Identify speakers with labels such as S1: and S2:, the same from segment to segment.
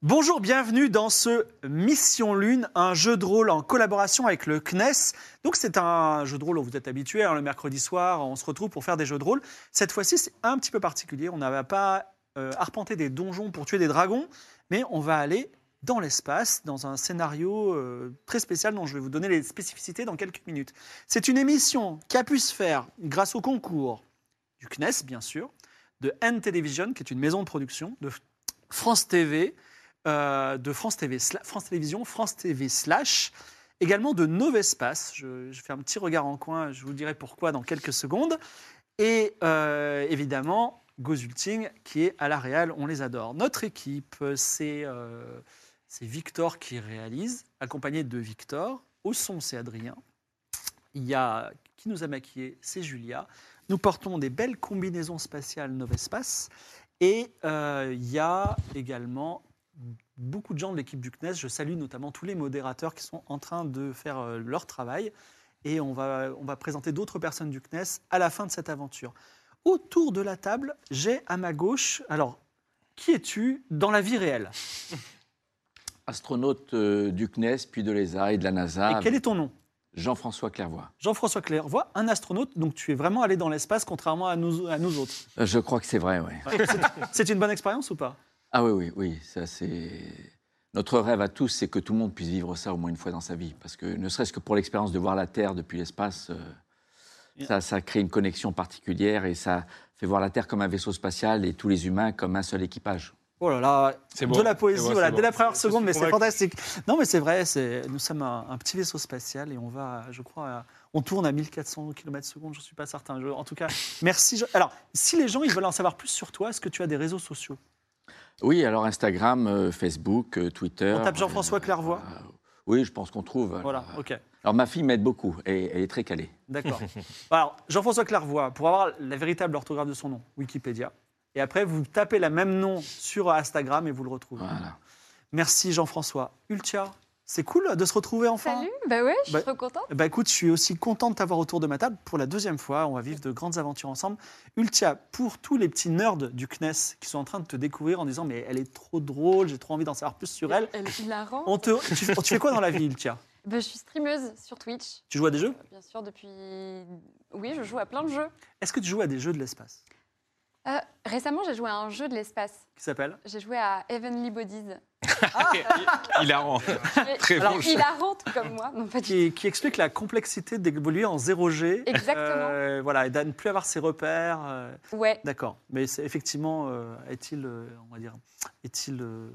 S1: Bonjour, bienvenue dans ce Mission Lune, un jeu de rôle en collaboration avec le CNES. Donc c'est un jeu de rôle, vous êtes habitués, hein, le mercredi soir, on se retrouve pour faire des jeux de rôle. Cette fois-ci, c'est un petit peu particulier, on n'avait pas euh, arpenté des donjons pour tuer des dragons, mais on va aller dans l'espace, dans un scénario euh, très spécial dont je vais vous donner les spécificités dans quelques minutes. C'est une émission qui a pu se faire grâce au concours du CNES, bien sûr, de N Television, qui est une maison de production, de France TV, euh, de France TV, sla- France Télévision, France TV slash, également de Novespace. Je, je fais un petit regard en coin, je vous dirai pourquoi dans quelques secondes. Et euh, évidemment, Gozulting, qui est à la Réal, on les adore. Notre équipe, c'est euh, c'est Victor qui réalise, accompagné de Victor. Au son, c'est Adrien. Il y a qui nous a maquillés, c'est Julia. Nous portons des belles combinaisons spatiales Novespace. Et euh, il y a également beaucoup de gens de l'équipe du CNES. Je salue notamment tous les modérateurs qui sont en train de faire euh, leur travail. Et on va, on va présenter d'autres personnes du CNES à la fin de cette aventure. Autour de la table, j'ai à ma gauche. Alors, qui es-tu dans la vie réelle
S2: astronaute euh, du CNES, puis de l'ESA et de la NASA.
S1: Et quel est ton nom
S2: Jean-François Clairvoy.
S1: Jean-François Clairvoy, un astronaute. Donc, tu es vraiment allé dans l'espace, contrairement à nous, à nous autres.
S2: Euh, Je crois que c'est vrai, oui.
S1: C'est une bonne expérience ou pas
S2: Ah oui, oui, oui, ça c'est... Notre rêve à tous, c'est que tout le monde puisse vivre ça au moins une fois dans sa vie. Parce que ne serait-ce que pour l'expérience de voir la Terre depuis l'espace, euh,
S1: Yeah.
S2: ça, ça crée une connexion particulière et ça fait voir la Terre comme un vaisseau spatial et tous les humains comme un seul équipage.
S1: Oh là là,
S3: C'est
S1: de
S3: bon,
S1: la poésie,
S3: c'est bon,
S1: voilà,
S3: c'est bon.
S1: dès la première
S3: Je
S1: seconde,
S3: suis
S1: mais c'est
S3: convaincu.
S1: fantastique. Non, mais c'est vrai, c'est, nous sommes un, un petit vaisseau spatial et on va, je crois, à- on tourne à 1400 km secondes, je ne suis pas certain. Je- en tout cas, merci. Jean- Alors, si les gens ils veulent en savoir plus sur toi, est-ce que tu as des réseaux sociaux
S2: Oui, alors Instagram, euh, Facebook, euh, Twitter.
S1: On tape Jean-François Clairvoy
S2: euh, oui, je pense qu'on trouve.
S1: Voilà,
S2: Alors,
S1: ok,
S2: alors, ma fille m'aide beaucoup et elle est très calée.
S1: d'accord. Alors, Jean-François Clairvoy, pour avoir la véritable orthographe de son nom, Wikipédia. Et après, vous tapez le même nom sur Instagram et vous le retrouvez.
S2: Voilà.
S1: Merci Jean-François. Ultia, c'est cool de se retrouver enfin.
S4: Salut, bah ouais, je suis
S1: Bah-
S4: trop contente.
S1: Bah écoute, je suis aussi content de t'avoir autour de ma table pour la deuxième fois. On va vivre de grandes aventures ensemble. Ultia, pour tous les petits nerds du CNES qui sont en train de te découvrir en disant mais elle est trop drôle, j'ai trop envie d'en savoir plus sur elle.
S4: Elle est hilarante.
S1: On te, tu, tu fais quoi dans la vie, Ultia
S4: Bah, je suis streameuse sur Twitch,
S1: Tu joues à des jeux
S4: bien sûr, depuis. Oui, je joue à plein de jeux.
S1: Est-ce que tu joues à des jeux de l'espace
S4: Euh, récemment, j'ai joué à un jeu de l'espace.
S1: Qui s'appelle
S4: J'ai joué à Heavenly Bodies.
S1: Ah,
S3: Il a
S4: Mais-
S3: Très
S4: Alors,
S3: bon jeu.
S4: hilarante comme moi. Non, pas du
S1: qui, qui explique la complexité d'évoluer en 0G.
S4: Exactement.
S1: Euh, voilà, et de ne plus avoir ses repères. euh,
S4: tout. Ouais,
S1: D'accord. Mais c'est effectivement, euh, est-il, euh, on va dire, est-il euh,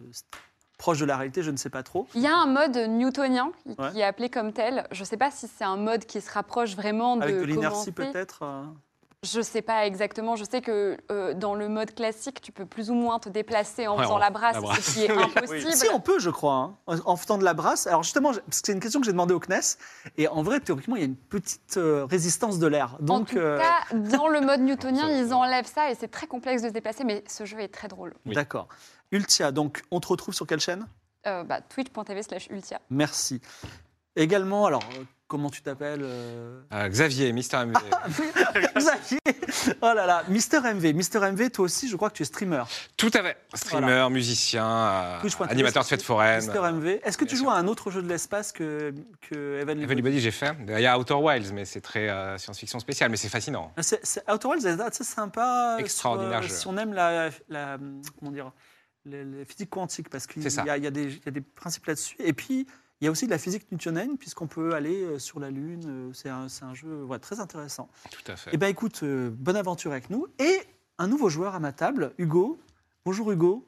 S1: proche de la réalité Je ne sais pas trop.
S4: il y a un mode newtonien qui
S1: Ouais.
S4: est appelé comme tel. Je sais pas si c'est un mode qui se rapproche vraiment de.
S1: Avec de
S4: commencer.
S1: l'inertie peut-être euh,
S4: Je sais pas exactement. Je sais que euh, dans le mode classique, tu peux plus ou moins te déplacer en
S3: Ouais,
S4: faisant
S3: en-
S4: la brasse,
S3: la brasse.
S4: ce qui est
S3: Oui, oui.
S4: impossible.
S1: Si on peut, je crois, hein, en- en faisant de la brasse. Alors justement, je- parce que c'est une question que j'ai demandée au CNES, et en vrai, théoriquement, il y a une petite euh, résistance de l'air.
S4: en
S1: Donc,
S4: tout
S1: euh,
S4: cas, dans le mode newtonien,
S3: Ça,
S4: ils
S3: ça-
S4: enlèvent ça et c'est très complexe de se déplacer, mais ce jeu est très drôle.
S3: oui.
S1: d'accord. Ultia, donc, on te retrouve sur quelle chaîne
S4: Euh, bah, Twitch.tv slash Ultia.
S1: Merci. Également, alors, euh, comment tu t'appelles euh,
S3: Ah, Xavier, Mister MV.
S1: Ah, Xavier Oh là là, Mister MV. Mister MV, toi aussi, je crois que tu es streamer.
S3: Tout à fait. Streamer, musicien, euh,
S1: Twitch.tv,
S3: animateur de fêtes foraines.
S1: Mister MV. Est-ce que
S3: bien
S1: tu joues
S3: sûr.
S1: à un autre jeu de l'espace que, que Evan Lebaud-
S3: Everybody, j'ai fait. Il y a Outer Wilds, mais c'est très euh, science-fiction spéciale, mais c'est fascinant.
S1: Ah, C'est, c'est- Outer Wilds est assez sympa. euh,
S3: Extraordinaire
S1: sur, euh,
S3: jeu.
S1: Si on aime la, la- comment dire, la, la physique quantique, parce qu'il
S3: C'est ça.
S1: y a, il y a des, il y a des principes là-dessus. Et puis, il y a aussi de la physique newtonienne, puisqu'on peut aller euh, sur la Lune. euh, C'est un, c'est un jeu ouais, très intéressant.
S3: Tout à fait.
S1: Eh bien, écoute, euh, bonne aventure avec nous. Et un nouveau joueur à ma table, Hugo. Bonjour, Hugo.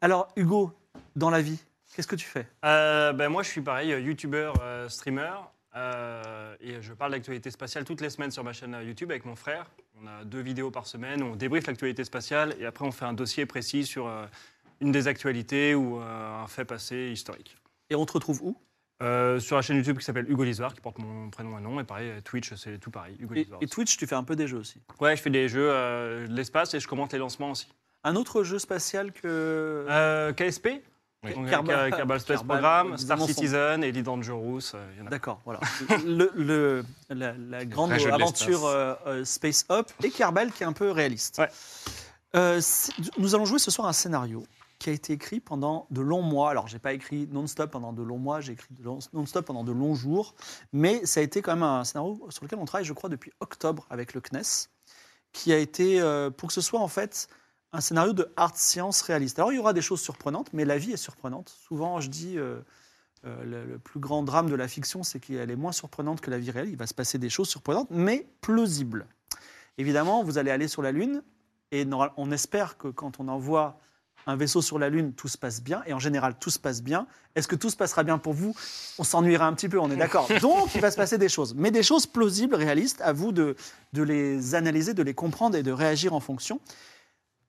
S1: Alors, Hugo, dans la vie, qu'est-ce que tu fais
S5: Euh, ben moi, je suis pareil, euh, youtubeur, euh, streamer. Euh, et je parle d'actualité spatiale toutes les semaines sur ma chaîne euh, YouTube avec mon frère. On a deux vidéos par semaine, on débriefe l'actualité spatiale et après on fait un dossier précis sur euh, une des actualités ou euh, un fait passé historique.
S1: Et on te retrouve où
S5: Euh, sur la chaîne YouTube qui s'appelle Hugo Lizard, qui porte mon prénom et nom, et pareil, euh, Twitch, c'est tout pareil, Hugo
S1: et,
S5: Lizard.
S1: et Twitch, tu fais un peu des jeux aussi.
S5: Ouais, je fais des jeux euh, de l'espace et je commente les lancements aussi.
S1: Un autre jeu spatial que.
S5: Euh, KSP
S3: Oui.
S5: donc,
S1: Kerbal-
S5: Ker- Kerbal Space
S1: Kerbal, euh,
S5: Program,
S1: nous
S5: Star
S1: avançons.
S5: Citizen, Elite Dangerous, euh, il y en a
S1: D'accord, voilà. Le, le- la, la grande
S3: vrai jeu de
S1: aventure
S3: l'espace.
S1: euh, euh, Space Up et Kerbal qui est un peu réaliste.
S5: Ouais.
S1: Euh, c'est- nous allons jouer ce soir un scénario qui a été écrit pendant de longs mois. Alors, j'ai pas écrit non-stop pendant de longs mois, j'ai écrit de longs- non-stop pendant de longs jours, mais ça a été quand même un scénario sur lequel on travaille, je crois, depuis octobre avec le CNES, qui a été, euh, pour que ce soit en fait un scénario de hard science réaliste. Alors, il y aura des choses surprenantes, mais la vie est surprenante. Souvent, je dis... euh, euh, le, le plus grand drame de la fiction, c'est qu'elle est moins surprenante que la vie réelle. Il va se passer des choses surprenantes, mais plausibles. Évidemment, vous allez aller sur la Lune, et normal- on espère que quand on envoie un vaisseau sur la Lune, tout se passe bien, et en général, tout se passe bien. Est-ce que tout se passera bien pour vous On s'ennuiera un petit peu, on est d'accord. Donc, il va se passer des choses, mais des choses plausibles, réalistes, à vous de, de les analyser, de les comprendre et de réagir en fonction.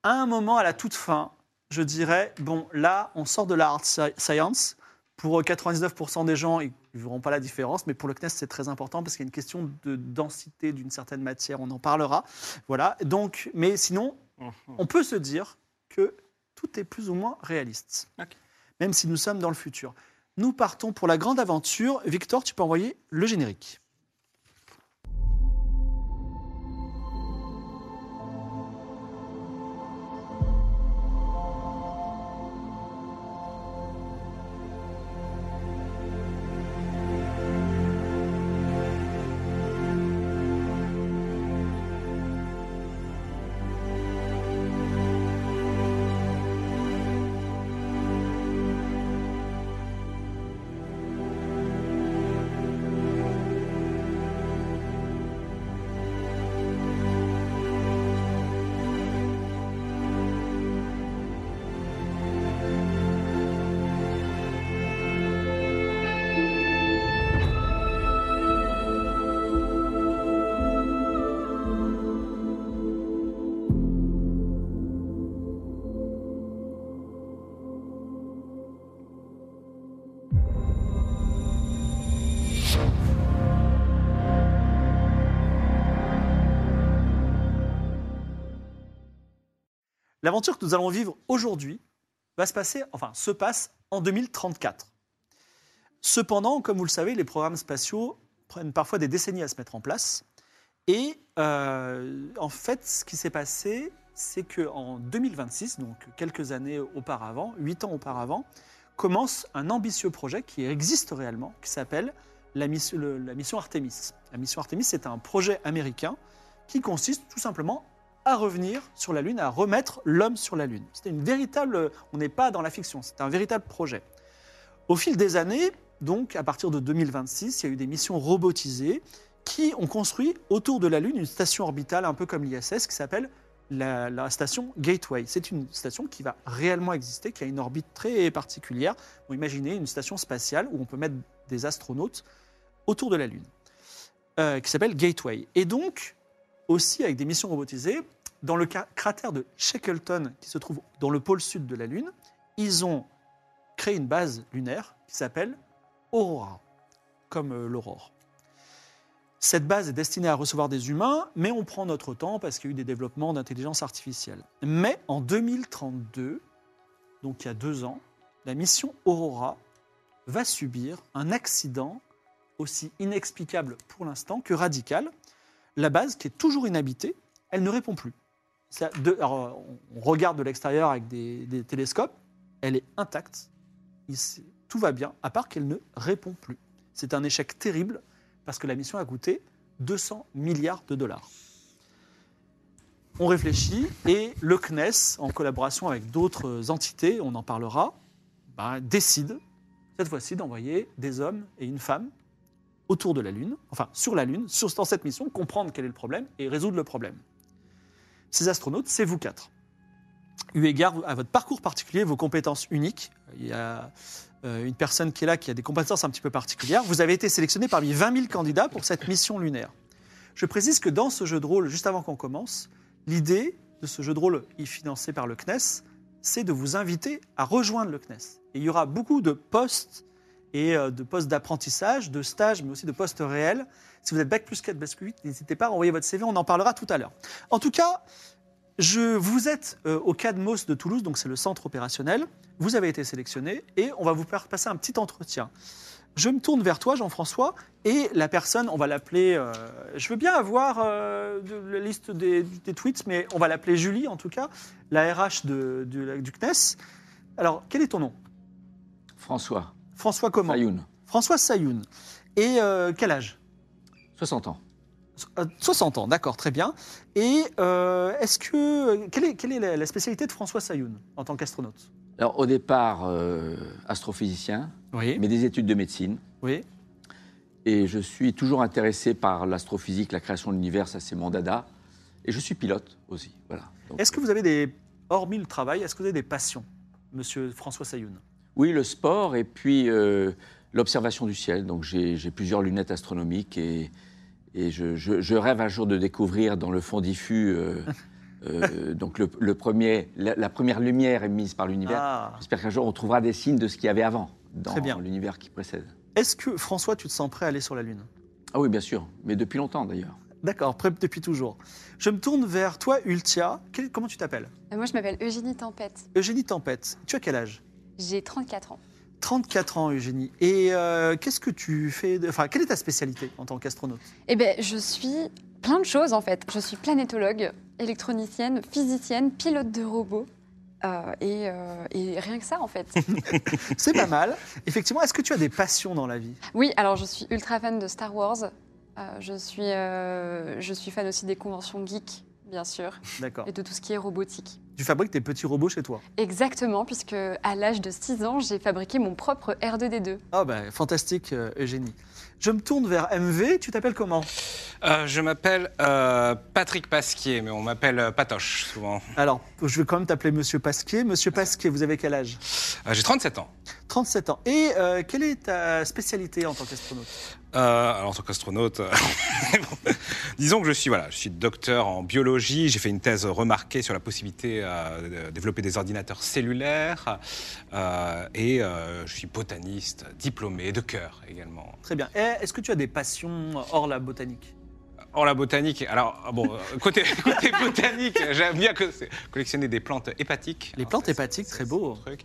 S1: À un moment, à la toute fin, je dirais, bon, là, on sort de la hard sci- science, pour 99% des gens, ils ne verront pas la différence, mais pour le CNES, c'est très important parce qu'il y a une question de densité d'une certaine matière, on en parlera. Voilà. Donc, mais sinon, on peut se dire que tout est plus ou moins réaliste,
S5: Ok.
S1: même si nous sommes dans le futur. Nous partons pour la grande aventure. Victor, tu peux envoyer le générique. L'aventure que nous allons vivre aujourd'hui va se passer, enfin, se passe en 2034. Cependant, comme vous le savez, les programmes spatiaux prennent parfois des décennies à se mettre en place. Et euh, en fait, ce qui s'est passé, c'est qu'en 2026, donc quelques années auparavant, huit ans auparavant, commence un ambitieux projet qui existe réellement, qui s'appelle la, miss- le- la mission Artemis. La mission Artemis, c'est un projet américain qui consiste tout simplement à revenir sur la Lune, à remettre l'homme sur la Lune. C'était une véritable... euh, On n'est pas dans la fiction, c'est un véritable projet. Au fil des années, donc à partir de 2026, il y a eu des missions robotisées qui ont construit autour de la Lune une station orbitale un peu comme l'ISS qui s'appelle la, la station Gateway. C'est une station qui va réellement exister, qui a une orbite très particulière. Bon, imaginez une station spatiale où on peut mettre des astronautes autour de la Lune, euh, qui s'appelle Gateway. Et donc, aussi avec des missions robotisées, dans le ca- cratère de Shackleton, qui se trouve dans le pôle sud de la Lune, ils ont créé une base lunaire qui s'appelle Aurora, comme euh, l'aurore. Cette base est destinée à recevoir des humains, mais on prend notre temps parce qu'il y a eu des développements d'intelligence artificielle. Mais en 2032, donc il y a deux ans, la mission Aurora va subir un accident aussi inexplicable pour l'instant que radical. La base, qui est toujours inhabitée, elle ne répond plus. Ça- de- alors, on regarde de l'extérieur avec des- des télescopes, elle est intacte, Il s- tout va bien, à part qu'elle ne répond plus. C'est un échec terrible parce que la mission a coûté 200 milliards de dollars. On réfléchit et le CNES, en collaboration avec d'autres entités, on en parlera, ben, décide cette fois-ci d'envoyer des hommes et une femme autour de la Lune, enfin sur la Lune, sur, dans cette mission, comprendre quel est le problème et résoudre le problème. Ces astronautes, c'est vous quatre eu égard à votre parcours particulier, vos compétences uniques. Il y a euh, une personne qui est là, qui a des compétences un petit peu particulières. Vous avez été sélectionné parmi 20 000 candidats pour cette mission lunaire. Je précise que dans ce jeu de rôle, juste avant qu'on commence, l'idée de ce jeu de rôle y financé par le CNES, c'est de vous inviter à rejoindre le CNES. Et il y aura beaucoup de postes et euh, de postes d'apprentissage, de stages, mais aussi de postes réels. Si vous êtes Bac plus 4, Bac plus 8, n'hésitez pas à envoyer votre CV, on en parlera tout à l'heure. En tout cas, je, vous êtes euh, au CADMOS de Toulouse, donc c'est le centre opérationnel. Vous avez été sélectionné et on va vous faire passer un petit entretien. Je me tourne vers toi, Jean-François, et la personne, on va l'appeler. euh, je veux bien avoir euh, de- la liste des, des tweets, mais on va l'appeler Julie, en tout cas, la RH de- de la- du CNES. Alors, quel est ton nom
S2: François
S1: François comment
S2: Fayoun,
S1: François Sayoun. Et euh, quel âge
S2: 60 ans.
S1: So- euh, 60 ans, d'accord, très bien. Et euh, est-ce que. Quelle est, quelle est la, la spécialité de François Sayoun en tant qu'astronaute
S2: Alors, au départ, euh, astrophysicien,
S1: Oui.
S2: mais des études de médecine.
S1: Oui.
S2: Et je suis toujours intéressé par l'astrophysique, la création de l'univers, ça c'est mon dada. Et je suis pilote aussi, voilà. Donc,
S1: Est-ce que vous avez des. Hormis le travail, est-ce que vous avez des passions, monsieur François Sayoun
S2: Oui, le sport et puis euh, l'observation du ciel. Donc j'ai j'ai plusieurs lunettes astronomiques et, et je, je- je rêve un jour de découvrir dans le fond diffus, euh, euh, donc le, le premier, la, la première lumière émise par l'univers.
S1: Ah.
S2: J'espère qu'un jour on trouvera des signes de ce qu'il y avait avant
S1: Très bien.
S2: dans l'univers qui précède.
S1: Est-ce que, François, tu te sens prêt à aller sur la Lune
S2: Ah oui, bien sûr, mais depuis longtemps d'ailleurs.
S1: D'accord, prêt depuis toujours. Je me tourne vers toi, Ultia. Quel- comment tu t'appelles
S4: Euh, Moi, je m'appelle Eugénie Tempête.
S1: Eugénie Tempête. Tu as quel âge
S4: J'ai 34 ans.
S1: 34 ans, Eugénie. Et euh, qu'est-ce que tu fais de- Enfin, quelle est ta spécialité en tant qu'astronaute
S4: Eh bien, je suis plein de choses, en fait. Je suis planétologue, électronicienne, physicienne, pilote de robots. euh, et, euh, et rien que ça, en fait.
S1: C'est pas mal. Effectivement, est-ce que tu as des passions dans la vie
S4: Oui, alors je suis ultra fan de Star Wars. Euh, je, suis, euh, je suis fan aussi des conventions geeks, bien sûr,
S1: D'accord.
S4: et de tout ce qui est robotique.
S1: Tu fabriques tes petits robots chez toi.
S4: Exactement, puisque à l'âge de 6 ans, j'ai fabriqué mon propre R2D2.
S1: Ah ben, fantastique, euh, Eugénie. Je me tourne vers MV. Tu t'appelles comment
S3: Euh, je m'appelle euh, Patrick Pasquier, mais on m'appelle euh, Patoche souvent.
S1: Alors, je vais quand même t'appeler Monsieur Pasquier. Monsieur Pasquier, vous avez quel âge
S3: Euh, J'ai 37 ans.
S1: 37 ans. Et euh, quelle est ta spécialité en tant qu'astronaute
S3: Euh, alors, en tant qu'astronaute, euh, bon, disons que je suis, voilà, je suis docteur en biologie. J'ai fait une thèse remarquée sur la possibilité euh, de développer des ordinateurs cellulaires. Euh, et euh, je suis botaniste, diplômé de cœur également.
S1: Très bien. Et Est-ce que tu as des passions hors la botanique
S3: Oh, la botanique. Alors, ah bon, euh, côté, côté botanique, j'aime bien que- collectionner des plantes hépatiques.
S1: Les
S3: Alors,
S1: plantes
S3: ça, c'est-
S1: hépatiques,
S3: c'est-
S1: très
S3: c'est
S1: beau.
S3: mon truc.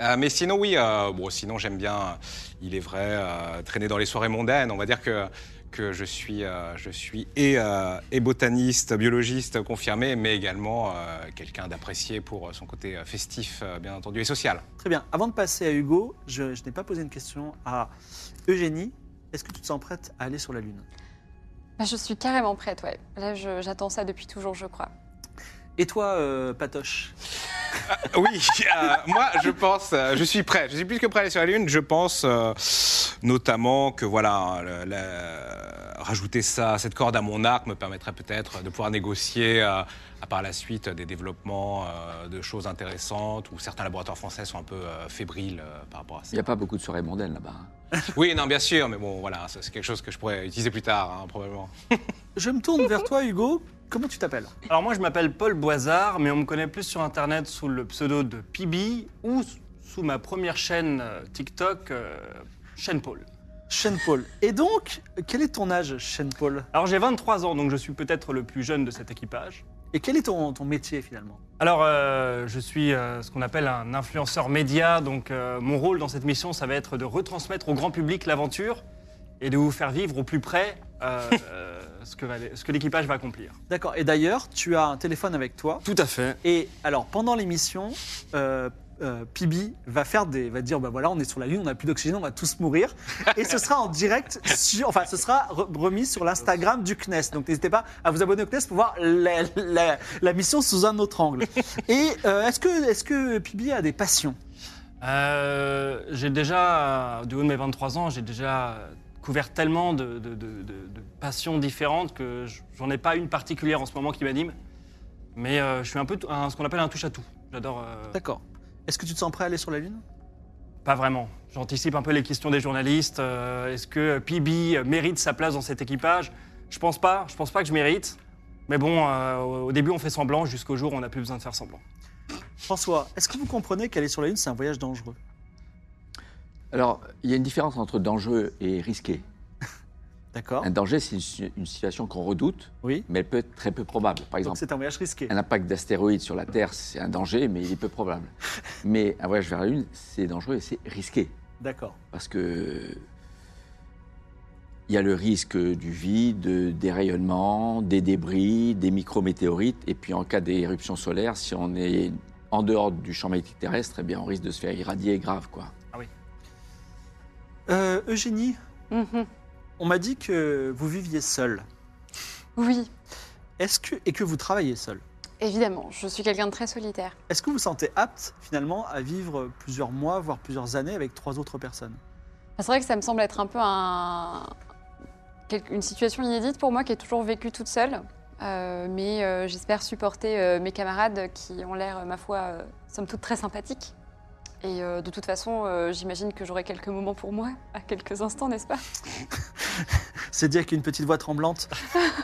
S3: Euh, mais sinon, oui, euh, bon, sinon, j'aime bien, euh, il est vrai, euh, traîner dans les soirées mondaines. On va dire que, que je suis, euh, je suis et, euh, et botaniste, biologiste confirmé, mais également euh, quelqu'un d'apprécié pour son côté euh, festif, euh, bien entendu, et social.
S1: Très bien. Avant de passer à Hugo, je, je n'ai pas posé une question à Eugénie. Est-ce que tu te sens prête à aller sur la Lune
S4: Bah, je suis carrément prête, ouais. Là, je- j'attends ça depuis toujours, je crois.
S1: Et toi, euh, Patoche
S3: Oui, euh, moi je pense, euh, je suis prêt, je suis plus que prêt à aller sur la Lune. Je pense euh, notamment que voilà, hein, le- la- rajouter ça, cette corde à mon arc me permettrait peut-être de pouvoir négocier euh, à par la suite des développements euh, de choses intéressantes où certains laboratoires français sont un peu euh, fébriles euh, par rapport à
S2: Il
S3: ça.
S2: n'y a pas beaucoup de soirées mondaines là-bas. hein.
S3: Oui, non, bien sûr, mais bon, voilà, ça, c'est quelque chose que je pourrais utiliser plus tard, hein, probablement.
S1: Je me tourne vers toi, Hugo. Comment tu t'appelles
S5: Alors moi je m'appelle Paul Boisard, mais on me connaît plus sur internet sous le pseudo de Pibi ou s- sous ma première chaîne euh, TikTok, euh, chaîne Paul.
S1: Shane Paul. Et donc, quel est ton âge, Shane Paul
S5: Alors j'ai 23 ans, donc je suis peut-être le plus jeune de cet équipage.
S1: Et quel est ton, ton métier finalement
S5: Alors euh, je suis euh, ce qu'on appelle un influenceur média, donc euh, mon rôle dans cette mission ça va être de retransmettre au grand public l'aventure et de vous faire vivre au plus près euh, euh, ce que va- ce que l'équipage va accomplir.
S1: D'accord. Et d'ailleurs, tu as un téléphone avec toi.
S5: Tout à fait.
S1: Et alors, pendant l'émission, euh, euh, Pibi va faire des, va dire, bah voilà, on est sur la lune, on n'a plus d'oxygène, on va tous mourir. Et ce sera en direct, sur, enfin, ce sera re- remis sur l'Instagram du CNES. Donc, n'hésitez pas à vous abonner au CNES pour voir la, la- la mission sous un autre angle. Et euh, est-ce que, est-ce que Pibi a des passions
S5: Euh, j'ai déjà, euh, du haut de mes 23 ans, j'ai déjà euh, couvert tellement de, de- de- de- de passions différentes que j- j'en ai pas une particulière en ce moment qui m'anime. Mais euh, je suis un peu t- un- ce qu'on appelle un touche à tout. J'adore. euh,
S1: D'accord. Est-ce que tu te sens prêt à aller sur la lune
S5: Pas vraiment. J'anticipe un peu les questions des journalistes. Euh, Est-ce que PB mérite sa place dans cet équipage Je pense pas. Je pense pas que je mérite. Mais bon, euh, au au début, on fait semblant jusqu'au jour où on n'a plus besoin de faire semblant.
S1: François, est-ce que vous comprenez qu'aller sur la Lune, c'est un voyage dangereux
S2: Alors, il y a une différence entre dangereux et risqué.
S1: D'accord
S2: Un danger, c'est une si- une situation qu'on redoute,
S1: Ah. Oui.
S2: mais elle peut être très peu probable. Par
S1: Donc
S2: exemple,
S1: c'est un voyage risqué.
S2: un impact d'astéroïdes sur la Terre, c'est un danger, mais il est peu probable. mais un voyage vers la Lune, c'est dangereux et c'est risqué.
S1: D'accord.
S2: Parce que. Il y a le risque du vide, des rayonnements, des débris, des micrométéorites. Et puis en cas d'éruption solaire, si on est en dehors du champ magnétique terrestre, eh bien on risque de se faire irradier grave. quoi.
S1: Euh, Eugénie,
S4: Mhm.
S1: on m'a dit que vous viviez seul.
S4: Oui,
S1: Est-ce que et que vous travaillez seul
S4: évidemment, je suis quelqu'un de très solitaire.
S1: Est-ce que vous vous sentez apte finalement à vivre plusieurs mois, voire plusieurs années avec trois autres personnes
S4: C'est vrai que ça me semble être un peu un... quelque- une situation inédite pour moi qui ai toujours vécu toute seule. Euh, mais euh, j'espère supporter euh, mes camarades qui ont l'air, euh, ma foi, euh, somme toute très sympathiques. Et euh, de toute façon, euh, j'imagine que j'aurai quelques moments pour moi, à quelques instants, n'est-ce pas
S1: C'est dire qu'une petite voix tremblante.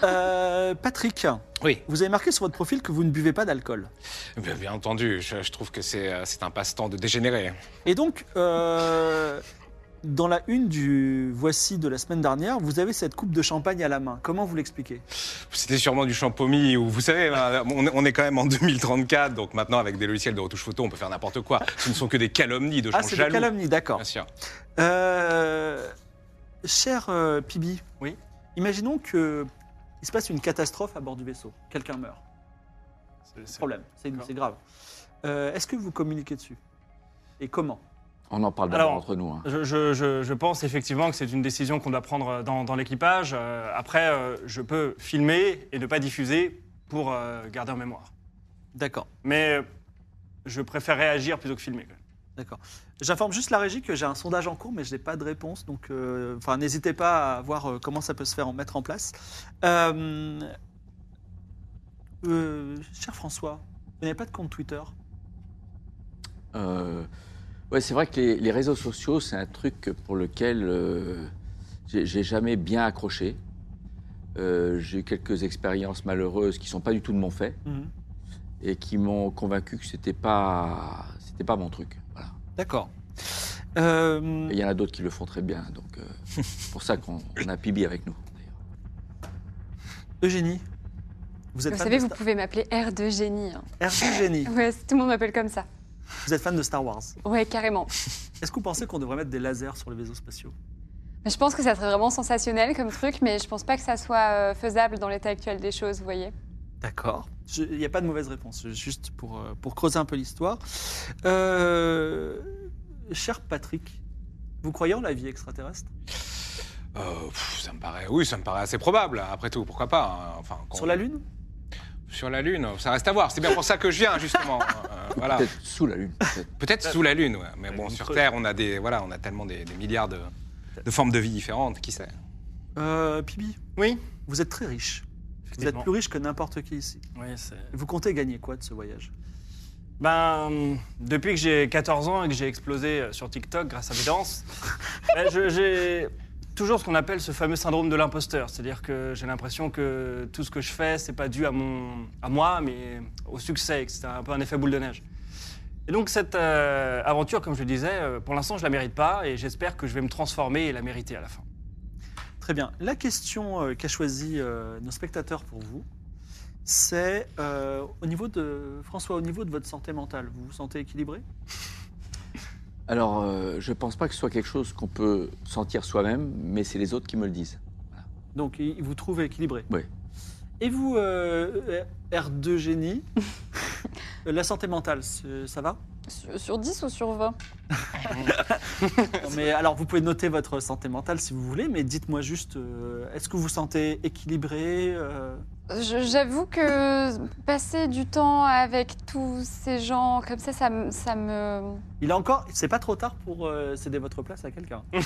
S1: Euh, Patrick,
S3: Oui.
S1: vous avez marqué sur votre profil que vous ne buvez pas d'alcool.
S3: Bien, bien entendu, je, je trouve que c'est euh, c'est un passe-temps de dégénérer.
S1: Et donc, euh, dans la une du Voici de la semaine dernière, vous avez cette coupe de champagne à la main. Comment vous l'expliquez
S3: C'était sûrement du champomis ou vous savez, hein, on est- on est quand même en 2034, donc maintenant avec des logiciels de retouche photo, on peut faire n'importe quoi. Ce ne sont que des calomnies de gens
S1: Ah, c'est des
S3: jaloux.
S1: calomnies, d'accord.
S3: Bien sûr.
S1: Euh, cher euh, Pibi,
S5: Oui.
S1: imaginons que il se passe une catastrophe à bord du vaisseau. Quelqu'un meurt.
S5: C'est- c'est-
S1: Problème, c'est
S5: D'accord.
S1: c'est grave. Euh, Est-ce que vous communiquez dessus Et comment
S2: On en parle d'abord
S5: Alors,
S2: entre nous. hein.
S5: Je, je- je- je pense effectivement que c'est une décision qu'on doit prendre dans, dans l'équipage. Euh, après, euh, je peux filmer et ne pas diffuser pour euh, garder en mémoire.
S1: D'accord,
S5: Mais euh, je préfère réagir plutôt que filmer. quand même.
S1: d'accord. J'informe juste la régie que j'ai un sondage en cours, mais je n'ai pas de réponse. Donc, euh, enfin, n'hésitez pas à voir euh, comment ça peut se faire en mettre en place. Euh, euh, cher François, vous n'avez pas de compte Twitter
S2: Euh, ouais, c'est vrai que les, les réseaux sociaux, c'est un truc pour lequel euh, j'ai j'ai jamais bien accroché. Euh, j'ai eu quelques expériences malheureuses qui sont pas du tout de mon fait
S1: Mhm.
S2: et qui m'ont convaincu que c'était pas c'était pas mon truc. Voilà.
S1: D'accord. Euh,
S2: Et Il y en a d'autres qui le font très bien, donc euh, c'est pour ça qu'on on a Pibi avec nous. d'ailleurs.
S1: Eugénie, vous êtes
S4: Vous
S1: fan
S4: savez,
S1: de
S4: vous pouvez m'appeler R de génie. hein.
S1: Star... Eugénie,
S4: Ouais, tout le monde m'appelle comme ça.
S1: vous êtes fan de Star Wars.
S4: Ouais, carrément.
S1: Est-ce que vous pensez qu'on devrait mettre des lasers sur les vaisseaux spatiaux
S4: Mais je pense que ça serait vraiment sensationnel comme truc, mais je pense pas que ça soit euh, faisable dans l'état actuel des choses, vous voyez.
S1: D'accord. Je- Il n'y a pas de mauvaise réponse, juste pour, euh, pour creuser un peu l'histoire. Euh, cher Patrick, vous croyez en la vie extraterrestre
S3: Euh, pff, ça me paraît, oui, ça me paraît assez probable. Après tout, pourquoi pas hein. Enfin, quand-
S1: Sur la Lune
S3: Sur la lune, ça reste à voir. C'est bien pour ça que je viens justement. Euh, voilà.
S2: Peut-être sous la lune. peut-être.
S3: Peut-être sous la lune, ouais. mais bon,
S5: Une
S3: sur
S5: creuse.
S3: Terre, on a des, voilà, on a tellement des, des milliards de, de formes de vie différentes. Qui sait
S1: euh, Pibi,
S5: Oui.
S1: vous êtes très riche. Vous êtes
S5: Effectivement.
S1: plus riche que n'importe qui ici.
S5: Oui, c'est.
S1: Vous comptez gagner quoi de ce voyage
S5: Ben, depuis que j'ai 14 ans et que j'ai explosé euh, sur TikTok grâce à mes danses, ben, je- j'ai toujours ce qu'on appelle ce fameux syndrome de l'imposteur. C'est-à-dire que j'ai l'impression que tout ce que je fais, c'est pas dû à, mon, à moi, mais au succès, et que c'est un peu un effet boule de neige. Et donc, cette euh, aventure, comme je le disais, euh, pour l'instant, je la mérite pas et j'espère que je vais me transformer et la mériter à la fin.
S1: Très bien. La question euh, qu'a choisi euh, nos spectateurs pour vous, c'est euh, au niveau de François, au niveau de votre santé mentale, vous vous sentez équilibré
S2: Alors, euh, je pense pas que ce soit quelque chose qu'on peut sentir soi-même, mais c'est les autres qui me le disent.
S1: Donc il il vous trouve équilibré.
S2: Oui.
S1: Et vous, euh, R2 génie, euh, la santé mentale, c'est- ça va
S4: Sur, sur 10 ou sur 20
S1: Non, Mais alors vous pouvez noter votre santé mentale si vous voulez, mais dites-moi juste, euh, est-ce que vous vous sentez équilibré euh,
S4: Je- J'avoue que passer du temps avec tous ces gens comme ça, ça, me- ça me.
S1: Il a encore, c'est pas trop tard pour euh, céder votre place à quelqu'un.
S4: Ah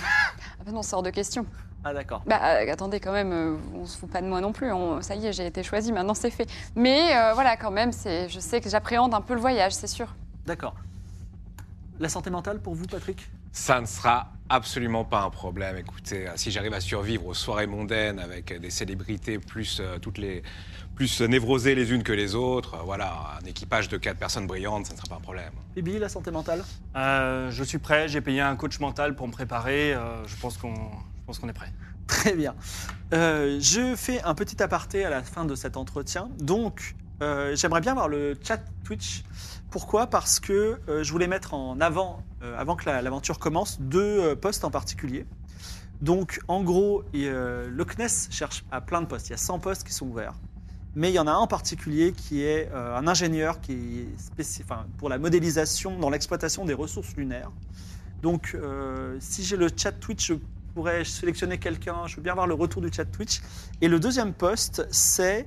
S4: bah non, c'est hors de question.
S1: Ah d'accord.
S4: Bah euh, attendez, quand même, euh, on se fout pas de moi non plus. on- ça y est, j'ai été choisie, maintenant c'est fait. Mais euh, voilà, quand même, c'est- je sais que j'appréhende un peu le voyage, c'est sûr.
S1: D'accord. La santé mentale pour vous, Patrick
S3: Ça ne sera absolument pas un problème. Écoutez, euh, si j'arrive à survivre aux soirées mondaines avec euh, des célébrités plus euh, toutes les plus névrosées les unes que les autres, euh, voilà, un équipage de quatre personnes brillantes, ça ne sera pas un problème.
S1: Bibi, la santé mentale
S5: Euh, je suis prêt, j'ai payé un coach mental pour me préparer. euh, je pense qu'on je pense qu'on est prêt.
S1: Très bien. Euh, je fais un petit aparté à la fin de cet entretien. Donc, euh, j'aimerais bien voir le chat Twitch. Pourquoi Parce que euh, je voulais mettre en avant, euh, avant que la- l'aventure commence, deux euh, postes en particulier. Donc, en gros, et, euh, le CNES cherche à plein de postes. Il y a 100 postes qui sont ouverts. Mais il y en a un en particulier qui est euh, un ingénieur qui est spécif- enfin, pour la modélisation, dans l'exploitation des ressources lunaires. Donc, euh, si j'ai le chat Twitch, je pourrais sélectionner quelqu'un. Je veux bien avoir le retour du chat Twitch. Et le deuxième poste, c'est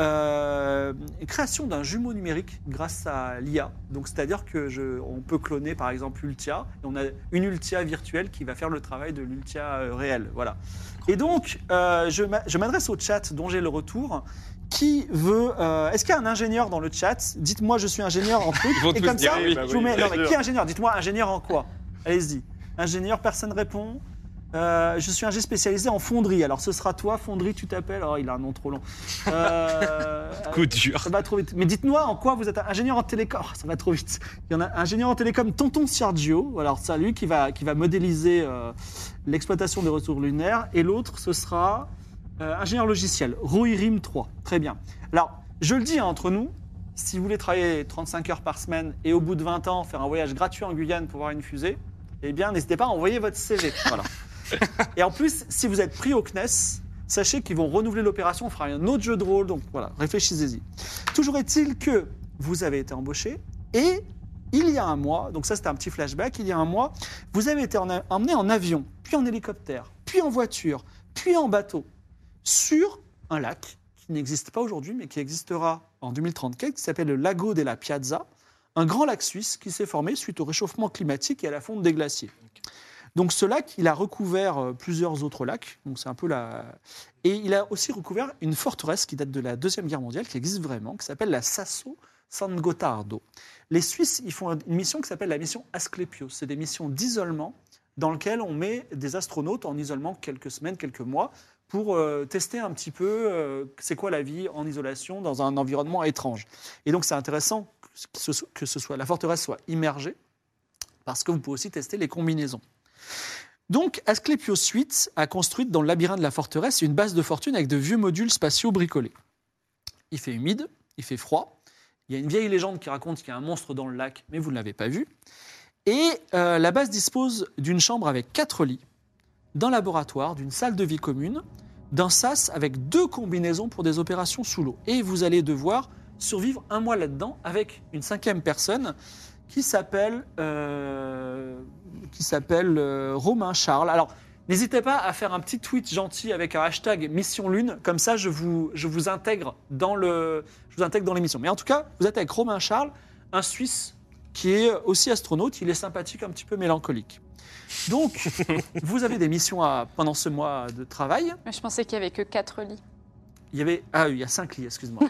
S1: euh, création d'un jumeau numérique grâce à l'IA. Donc, c'est-à-dire que je- on peut cloner, par exemple, Ultia. Et on a une Ultia virtuelle qui va faire le travail de l'Ultia euh, réelle. Voilà. Et donc, euh, je m'a- je m'adresse au chat dont j'ai le retour. Qui veut euh, Est-ce qu'il y a un ingénieur dans le chat Dites-moi, je suis ingénieur en truc.
S3: Ils vont
S1: et
S3: tous
S1: comme
S3: dire
S1: ça,
S3: oui,
S5: bah
S1: je vous
S5: oui,
S1: mets.
S5: bien
S1: Non, mais
S5: sûr.
S1: qui est ingénieur Dites-moi, ingénieur en quoi Allez-y. Ingénieur, personne répond. Euh, je suis ingé spécialisé en fonderie. Alors ce sera toi, fonderie, tu t'appelles. Oh, il a un nom trop long. Euh,
S3: Coup dur.
S1: ça va trop vite. Mais dites-moi en quoi vous êtes ingénieur en télécom. Oh, ça va trop vite. Il y en a ingénieur en télécom, Tonton Sergio. Alors ça, lui qui va, qui va modéliser euh, l'exploitation des ressources lunaires. Et l'autre, ce sera euh, ingénieur logiciel, Rohirrim 3. Très bien. Alors, je le dis hein, entre nous, si vous voulez travailler 35 heures par semaine et au bout de 20 ans faire un voyage gratuit en Guyane pour voir une fusée, eh bien, n'hésitez pas à envoyer votre CV. Voilà. et en plus, si vous êtes pris au CNES, sachez qu'ils vont renouveler l'opération, on fera un autre jeu de rôle, donc voilà, réfléchissez-y. Toujours est-il que vous avez été embauché et il y a un mois, donc ça c'était un petit flashback, il y a un mois, vous avez été en a- emmené en avion, puis en hélicoptère, puis en voiture, puis en bateau, sur un lac qui n'existe pas aujourd'hui, mais qui existera en 2034, qui s'appelle le Lago della Piazza, un grand lac suisse qui s'est formé suite au réchauffement climatique et à la fonte des glaciers. Donc ce lac, il a recouvert euh, plusieurs autres lacs, donc c'est un peu la... Et il a aussi recouvert une forteresse qui date de la Deuxième Guerre mondiale, qui existe vraiment, qui s'appelle la Sasso San Gotardo. Les Suisses, ils font une mission qui s'appelle la mission Asclepios. C'est des missions d'isolement dans lesquelles on met des astronautes en isolement quelques semaines, quelques mois, pour euh, tester un petit peu euh, c'est quoi la vie en isolation dans un environnement étrange. Et donc c'est intéressant que ce, so- que ce soit, la forteresse soit immergée, parce que vous pouvez aussi tester les combinaisons. Donc Asclepios 8 a construite dans le labyrinthe de la forteresse une base de fortune avec de vieux modules spatiaux bricolés. Il fait humide, il fait froid. Il y a une vieille légende qui raconte qu'il y a un monstre dans le lac, mais vous ne l'avez pas vu. Et euh, la base dispose d'une chambre avec quatre lits, d'un laboratoire, d'une salle de vie commune, d'un sas avec deux combinaisons pour des opérations sous l'eau. Et vous allez devoir survivre un mois là-dedans avec une cinquième personne qui s'appelle euh, qui s'appelle euh, Romain Charles. Alors n'hésitez pas à faire un petit tweet gentil avec un hashtag Mission Lune, comme ça je vous je vous intègre dans le je vous intègre dans l'émission. Mais en tout cas vous êtes avec Romain Charles, un Suisse qui est aussi astronaute. Il est sympathique, un petit peu mélancolique. Donc vous avez des missions à, pendant ce mois de travail.
S4: Mais je pensais qu'il y avait que 4 lits.
S1: Il y avait ah oui, il y a cinq lits, excuse-moi.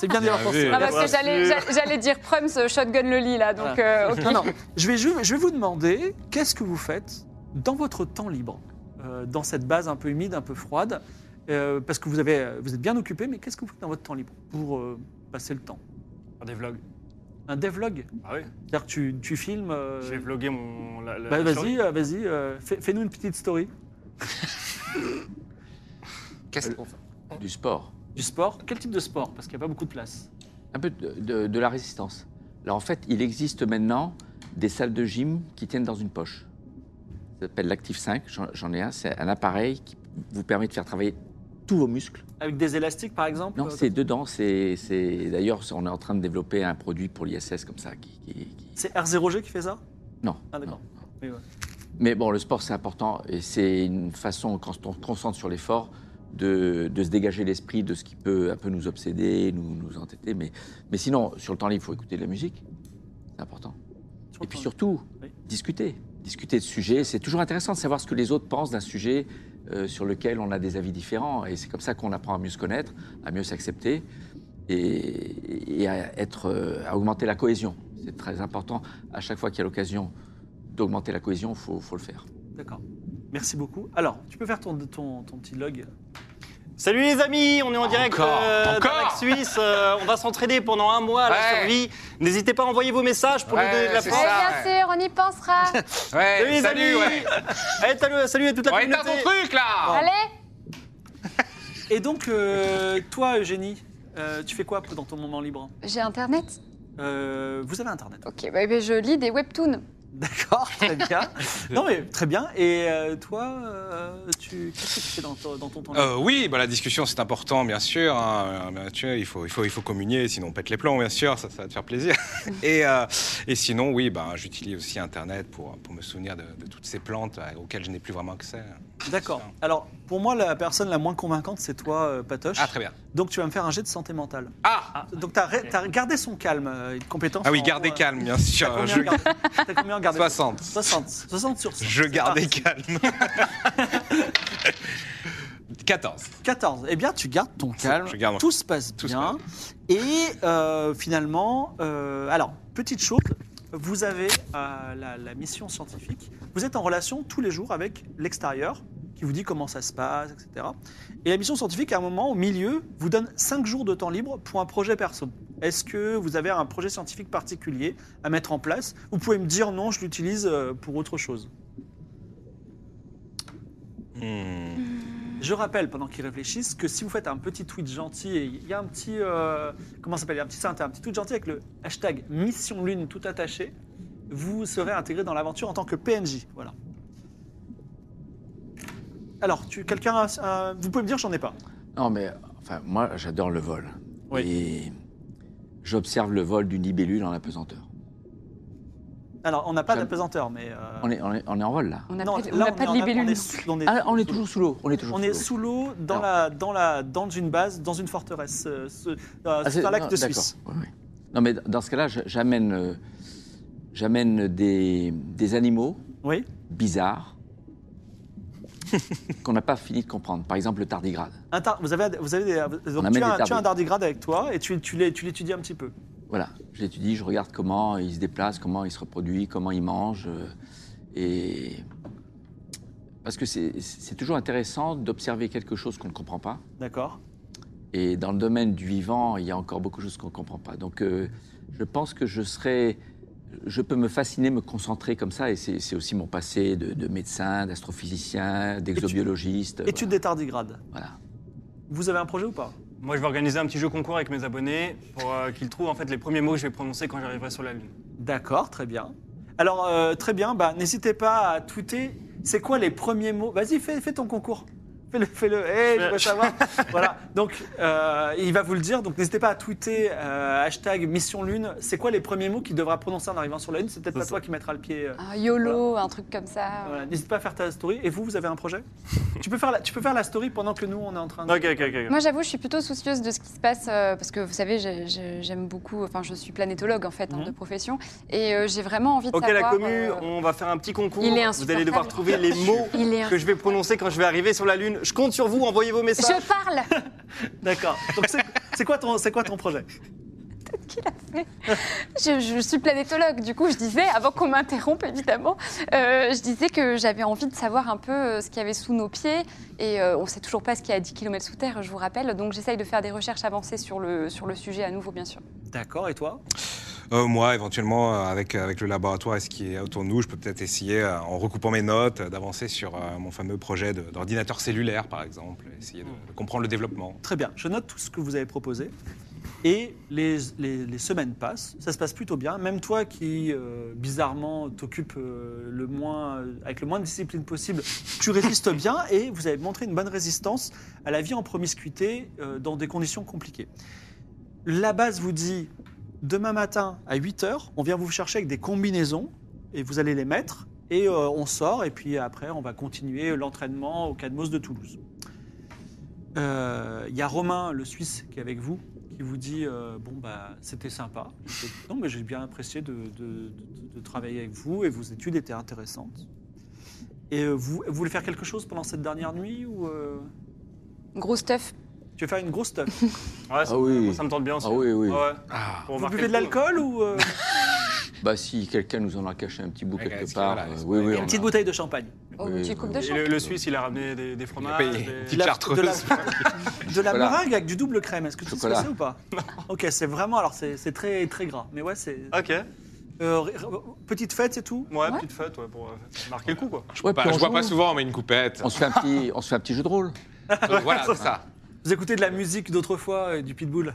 S1: C'est bien d'y
S3: Bien
S1: avoir pensé.
S3: vu.
S4: Ah, parce
S5: bien
S4: que j'allais-
S5: sûr.
S4: j'allais j'allais dire Prums euh, shotgun le lit là, donc euh, ok.
S1: Non, non. Je vais, ju- je vais vous demander qu'est-ce que vous faites dans votre temps libre, euh, dans cette base un peu humide, un peu froide, euh, parce que vous, avez, vous êtes bien occupé, mais qu'est-ce que vous faites dans votre temps libre pour euh, passer le temps
S5: Faire des vlogs.
S1: Un devlog
S5: Ah oui,
S1: C'est-à-dire que tu, tu filmes. euh,
S5: j'ai vlogué mon. la- la-
S1: bah,
S5: la
S1: vas-y,
S5: souris.
S1: euh, vas-y, euh, fais- fais-nous une petite story.
S6: Qu'est-ce qu'on fait
S2: Euh, Du sport.
S1: Du sport Quel type de sport Parce qu'il n'y a pas beaucoup de place.
S2: Un peu de, de- de la résistance. Là, en fait, il existe maintenant des salles de gym qui tiennent dans une poche. Ça s'appelle l'Active 5, j'en- j'en ai un. C'est un appareil qui vous permet de faire travailler tous vos muscles.
S1: Avec des élastiques, par exemple
S2: Non,
S1: euh,
S2: c'est dedans. c'est c'est- D'ailleurs, on est en train de développer un produit pour l'ISS comme ça. Qui, qui- qui-
S1: C'est R0G qui fait ça
S2: Non.
S1: Ah, d'accord. Oui, ouais.
S2: Mais bon, le sport, c'est important et c'est une façon, quand on se concentre sur l'effort, de, de se dégager l'esprit de ce qui peut un peu nous obséder, nous, nous entêter. Mais, mais sinon, sur le temps libre, il faut écouter de la musique. C'est important.
S1: Sur
S2: Et
S1: le
S2: puis
S1: temps-
S2: surtout,
S1: Oui.
S2: discuter. Discuter de sujets. C'est toujours intéressant de savoir ce que les autres pensent d'un sujet euh, sur lequel on a des avis différents. Et c'est comme ça qu'on apprend à mieux se connaître, à mieux s'accepter et, et à, être, euh, à augmenter la cohésion. C'est très important à chaque fois qu'il y a l'occasion d'augmenter la cohésion, il faut, faut le faire.
S1: D'accord. Merci beaucoup. Alors, tu peux faire ton, ton, ton petit log.
S5: Salut les amis, on est en direct
S3: Encore,
S5: euh,
S3: encore.
S5: d'Arc Suisse. euh, on va s'entraider pendant un mois à la
S3: Ouais.
S5: survie. N'hésitez pas à envoyer vos messages pour
S3: Ouais,
S5: nous donner de la
S3: c'est
S5: force.
S3: ça.
S4: bien sûr, on y pensera.
S3: Ouais,
S5: Salut les
S3: salut,
S5: amis.
S3: ouais.
S5: Allez, Eh, salut, salut à toute la
S3: On éteint
S5: communauté.
S3: ton truc, là
S4: Allez
S1: Et donc, euh, toi, Eugénie, euh, tu fais quoi dans ton moment libre
S4: J'ai internet
S1: Euh, Vous avez Internet.
S4: Ok, bah, bah, je lis des webtoons.
S1: D'accord, très bien. non, mais très bien. Et euh, toi, euh, tu... qu'est-ce que tu fais dans, ton- dans ton temps libre
S3: Euh, oui, bah, la discussion c'est important, bien sûr. hein. Euh, Mathieu, il faut, il faut, il faut communier, sinon on pète les plombs, bien sûr, ça, ça va te faire plaisir. et, euh, et sinon, oui, bah, j'utilise aussi Internet pour, pour me souvenir de, de toutes ces plantes euh, auxquelles je n'ai plus vraiment accès.
S1: D'accord. Alors, pour moi, la personne la moins convaincante, c'est toi, euh, Patoche.
S3: Ah, très bien.
S1: Donc, tu vas me faire un jet de santé mentale.
S3: Ah, ah,
S1: Donc, tu as, gardé son calme, euh, une compétence.
S3: oui,
S1: en-
S3: gardez
S1: euh,
S3: calme, bien
S1: T'as
S3: sûr.
S1: combien,
S3: Je,
S1: gardé- t'as combien gardé
S3: 60.
S1: 60. 60 sur Ah, 100.
S3: je
S1: C'est
S3: gardais
S1: parti.
S3: calme. 14.
S1: 14. Eh bien, tu gardes ton calme.
S3: je garde mon-
S1: Tout se passe
S3: Tout se
S1: bien. Et euh, finalement, euh, alors, petite chose, vous avez euh, la, la mission scientifique. Vous êtes en relation tous les jours avec l'extérieur qui vous dit comment ça se passe, etc. Et la mission scientifique, à un moment, au milieu, vous donne 5 jours de temps libre pour un projet perso. Est-ce que vous avez un projet scientifique particulier à mettre en place Vous pouvez me dire non, je l'utilise euh, pour autre chose.
S3: Hmm.
S1: Je rappelle, pendant qu'ils réfléchissent, que si vous faites un petit tweet gentil, et il y a un petit, euh, comment ça s'appelle, il y a un petit synthé, un petit tweet gentil avec le hashtag Mission Lune tout attaché, vous serez intégré dans l'aventure en tant que PNJ. Voilà. Alors, tu, quelqu'un, a- a- vous pouvez me dire, j'en ai pas.
S2: Non, mais enfin, moi, j'adore le vol.
S1: Oui.
S2: Et j'observe le vol d'une libellule en apesanteur.
S1: Alors, on n'a pas
S2: Ça-
S1: d'apesanteur, mais. euh,
S2: On est, on est- on est en vol, là.
S4: On n'a
S1: non, là,
S4: pas, de- on n'a
S1: on
S4: pas
S1: est
S4: de
S1: en-
S4: libellule.
S1: On est,
S4: non
S1: sous-
S4: plus.
S1: on est-
S2: Ah, on est toujours sous l'eau. On est toujours
S1: on
S2: sous
S1: est
S2: l'eau.
S1: sous l'eau, dans,
S2: Alors.
S1: la, dans, la, dans une base, dans une forteresse. euh, ce- euh,
S2: Ah,
S1: c'est un lac
S2: non,
S1: de
S2: d'accord,
S1: Suisse.
S2: oui, oui. Non, mais dans ce cas-là, je- j'amène euh, j'amène des, des animaux
S1: Oui,
S2: bizarres qu'on n'a pas fini de comprendre. Par exemple, le tardigrade.
S1: Un tar- vous avez, vous avez des- donc
S2: amène
S1: tu, as, un- tu
S2: des
S1: as
S2: tardigrades.
S1: un tardigrade avec toi et tu, tu l'é- tu l'étudies un petit peu.
S2: Voilà, je l'étudie, je regarde comment il se déplace, comment il se reproduit, comment il mange. euh, et. Parce que c'est- c'est toujours intéressant d'observer quelque chose qu'on ne comprend pas.
S1: D'accord.
S2: Et dans le domaine du vivant, il y a encore beaucoup de choses qu'on ne comprend pas. Donc, euh, je pense que je serais. Je peux me fasciner, me concentrer comme ça, et c'est c'est aussi mon passé de, de médecin, d'astrophysicien, d'exobiologiste.
S1: Étude des tardigrades.
S2: Voilà.
S1: Vous avez un projet ou pas
S5: Moi, je vais organiser un petit jeu concours avec mes abonnés pour euh, qu'ils trouvent en fait les premiers mots que je vais prononcer quand j'arriverai sur la lune.
S1: D'accord, très bien. Alors, euh, très bien, bah, n'hésitez pas à tweeter. C'est quoi les premiers mots Vas-y, fais, fais ton concours. Fais-le, fais-le. Hey, je veux savoir. voilà. Donc, euh, il va vous le dire. Donc, n'hésitez pas à tweeter euh, hashtag Mission Lune. C'est quoi les premiers mots qu'il devra prononcer en arrivant sur la Lune C'est peut-être pas toi qui mettras le pied. euh,
S4: Un YOLO, un truc comme ça.
S1: voilà. N'hésite pas à faire ta story. Et vous, vous avez un projet tu, peux faire la, tu peux faire la story pendant que nous, on est en train de.
S5: Ok, ok, ok.
S4: Moi, j'avoue, je suis plutôt soucieuse de ce qui se passe euh, parce que vous savez, j'ai- j'ai- j'aime beaucoup. Enfin, je suis planétologue en fait hein,
S1: Mhm.
S4: de profession et euh, j'ai vraiment envie de
S5: Ok, la
S4: savoir.
S5: commu,
S4: euh,
S5: on va faire un petit concours.
S4: Il est
S5: vous allez devoir
S4: insupportable.
S5: trouver les mots
S4: Il est
S5: que je vais prononcer quand je vais arriver sur la lune. Je compte sur vous, envoyez vos messages.
S4: Je parle.
S1: D'accord. Donc, c'est- c'est quoi, ton- c'est quoi ton projet
S4: Je, je suis planétologue, du coup, je disais, avant qu'on m'interrompe évidemment, euh, je disais que j'avais envie de savoir un peu euh, ce qu'il y avait sous nos pieds. Et euh, on ne sait toujours pas ce qu'il y a à 10 km sous terre, je vous rappelle. Donc j'essaye de faire des recherches avancées sur le, sur le sujet à nouveau, bien sûr.
S1: D'accord, et toi
S3: Euh, moi, éventuellement, euh, avec, avec le laboratoire et ce qui est autour de nous, je peux peut-être essayer, euh, en recoupant mes notes, euh, d'avancer sur euh, mon fameux projet de- d'ordinateur cellulaire, par exemple, essayer de, de comprendre le développement.
S1: Très bien, je note tout ce que vous avez proposé. Et les, les- les semaines passent, ça se passe plutôt bien. Même toi qui, euh, bizarrement, t'occupes euh, le moins, euh, avec le moins de discipline possible, tu résistes bien et vous avez montré une bonne résistance à la vie en promiscuité euh, dans des conditions compliquées. La base vous dit, demain matin à 8h, on vient vous chercher avec des combinaisons et vous allez les mettre et euh, on sort et puis après on va continuer l'entraînement au Cadmos de Toulouse. Euh, Il y a Romain, le Suisse, qui est avec vous, qui vous dit euh, Bon, bah, c'était sympa. J'ai fait, Non, mais j'ai bien apprécié de, de- de- de travailler avec vous et vos études étaient intéressantes. Et euh, vous, vous voulez faire quelque chose pendant cette dernière nuit ou euh,
S4: Gros stuff.
S1: Tu veux faire une grosse stuff
S5: Ouais, ça,
S2: Ah oui.
S5: moi, ça me tente bien aussi.
S2: Ah oui, oui.
S5: Ouais.
S3: Ah.
S5: Pour
S1: Vous
S5: voir
S1: buvez
S5: quel
S1: de
S5: coup.
S1: l'alcool ou. euh,
S2: Bah, si quelqu'un nous en a caché un petit bout
S3: Ouais,
S2: quelque
S3: est-ce
S2: part.
S3: qu'il y en a,
S2: euh,
S3: est-ce
S2: oui,
S3: qu'il y
S2: oui.
S3: en a
S1: Et
S2: on
S1: une
S2: a-
S1: petite bouteille de champagne.
S4: Oh,
S2: Oui,
S4: une petite coupe de
S2: oui.
S5: Et
S4: champ.
S5: le, le Suisse, il a ramené des, des fromages.
S3: payé une
S5: des-
S3: petite
S1: la-
S3: chartreuse.
S1: de la- De la
S2: Chocolat.
S1: meringue avec du double crème, est-ce que tu sais ce que
S2: Chocolat.
S1: c'est ou pas Ok, c'est vraiment, alors c'est c'est très, très gras. Mais ouais, c'est.
S5: Ok, ouais,
S1: Euh, r- r- petite fête, c'est tout
S5: petite fête ouais, pour euh, marquer le coup quoi.
S3: Je
S2: Ouais,
S3: ne pas,
S2: puis on
S3: je bois
S2: joue.
S3: pas souvent, mais une coupette.
S2: On se, fait un petit, on se fait un petit jeu de rôle.
S3: Donc voilà, c'est ça.
S1: Vous écoutez de la musique d'autrefois, et du pitbull.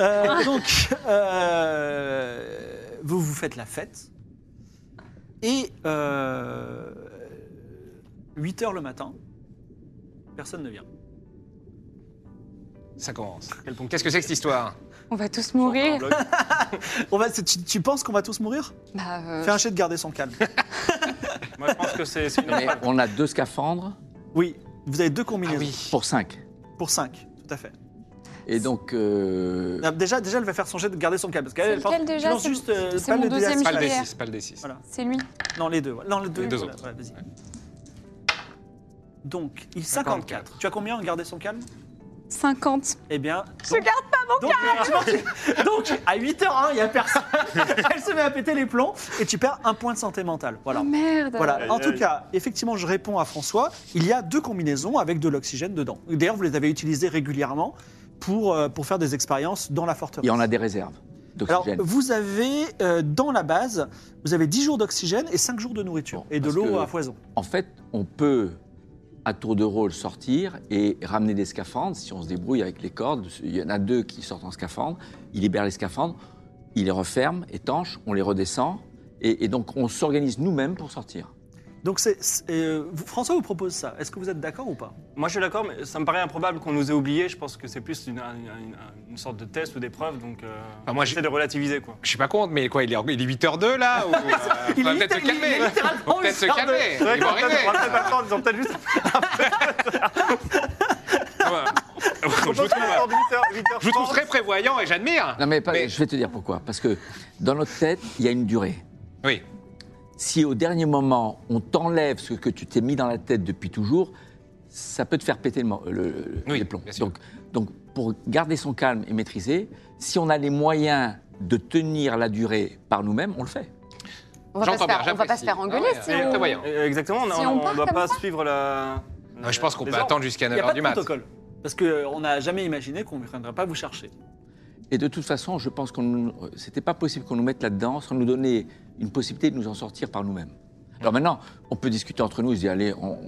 S1: Euh, donc, euh, vous vous faites la fête. Et 8 heures le matin, personne ne vient.
S3: Ça commence. Qu'est-ce que c'est que cette histoire
S4: On va tous
S5: Un
S4: mourir.
S5: bloc.
S1: On va, tu, tu penses qu'on va tous mourir
S4: Bah, euh,
S1: Fais un jet de garder son calme.
S5: Moi, je pense que c'est c'est une
S2: Mais
S5: affaire.
S2: on a deux scaphandres
S1: Oui, vous avez deux
S3: Ah
S1: combinaisons
S2: pour cinq.
S1: pour 5. Tout à fait.
S2: Et donc, euh,
S1: Non, Déjà, déjà, elle va faire son jet de garder son calme. Parce qu'elle,
S4: C'est
S1: elle pense-
S4: lequel
S1: tu
S4: déjà
S1: lances
S4: C'est-
S1: juste, euh,
S4: c'est
S1: pas
S4: mon
S1: le dé à
S4: deuxième
S1: six
S3: Pas le
S1: faces.
S4: JDR.
S3: D6, pas le D6.
S1: Voilà.
S4: c'est lui.
S1: Non, les deux. voilà. Non, les deux.
S3: Les deux
S1: voilà,
S3: autres.
S1: voilà, vas-y. Donc, il 54. Tu as combien en garder son calme
S4: 50.
S1: Eh bien.
S4: Je
S1: donc-
S4: garde pas mon
S1: donc, effectivement, tu- donc, à 8h01, il n'y a personne. Elle se met à péter les plombs et tu perds un point de santé mentale. Voilà.
S4: Oh, merde.
S1: Voilà. En
S5: Aïe,
S1: tout
S5: aïe.
S1: cas, effectivement, je réponds à François. Il y a deux combinaisons avec de l'oxygène dedans. D'ailleurs, vous les avez utilisées régulièrement pour, euh, pour faire des expériences dans la forteresse.
S2: et on a des réserves
S1: Alors,
S2: d'oxygène.
S1: vous avez euh, dans la base, vous avez 10 jours d'oxygène et 5 jours de nourriture
S2: Bon,
S1: et de
S2: parce
S1: l'eau
S2: que-
S1: à foison.
S2: En fait, on peut, à tour de rôle, sortir et ramener des scaphandres. Si on se débrouille avec les cordes, il y en a deux qui sortent en scaphandre. Il libère les scaphandres, il les referme, étanche, on les redescend. Et, et donc, on s'organise nous-mêmes pour sortir.
S1: Donc, c'est, c'est- euh, vous- François vous propose ça. Est-ce que vous êtes d'accord ou pas
S5: Moi, je suis d'accord, mais ça me paraît improbable qu'on nous ait oubliés. Je pense que c'est plus une, une- une- une sorte de test ou d'épreuve, donc euh,
S3: Ah, moi,
S5: j'essaie de relativiser quoi.
S3: Je suis pas contre, mais quoi, il est, il est 8h02 là ou, euh,
S1: Il
S3: faudrait
S1: est
S3: peut-être se
S1: littér- il est
S3: calmer.
S1: littéralement
S3: Faut peut-être se
S1: 8h02.
S3: calmer.
S5: C'est vrai
S3: Ils vont
S5: qu'on va peut-être- on va
S3: arriver.
S5: peut-être pas le temps, ils ont peut-être juste
S3: Ouais. Je vous trouve- je vous trouve très prévoyant et j'admire.
S2: Non, mais, pas-
S3: Mais-
S2: je vais te dire pourquoi. Parce que dans notre tête, il y a une durée.
S3: Oui.
S2: Si au dernier moment, on t'enlève ce que tu t'es mis dans la tête depuis toujours, ça peut te faire péter le, mo- le- le-
S3: Oui,
S2: les plombs.
S3: bien sûr.
S2: Donc, donc, pour garder son calme et maîtriser, si on a les moyens de tenir la durée par nous-mêmes, on le fait.
S4: On va, pas se,
S3: J'entends bien,
S4: faire, on va pas se
S3: j'apprécie.
S4: faire engueuler
S3: Ah ouais,
S4: si
S3: ouais,
S4: on...
S3: très voyant.
S5: Euh, Exactement, on
S4: Si on
S5: ne
S4: part
S5: doit
S4: comme
S5: pas
S4: ça
S5: suivre la.
S3: Non, je pense qu'on
S5: les
S3: peut
S5: ordres.
S3: attendre jusqu'à
S1: Il n'y a
S3: 9h
S1: pas
S3: du
S1: de
S3: mat.
S1: protocole. Parce qu'on n'a jamais imaginé qu'on ne viendrait pas vous chercher.
S2: Et de toute façon, je pense qu'on nous- c'était pas possible qu'on nous mette là-dedans sans nous donner une possibilité de nous en sortir par nous-mêmes. Alors maintenant, on peut discuter entre nous, se dire, allez, on, on-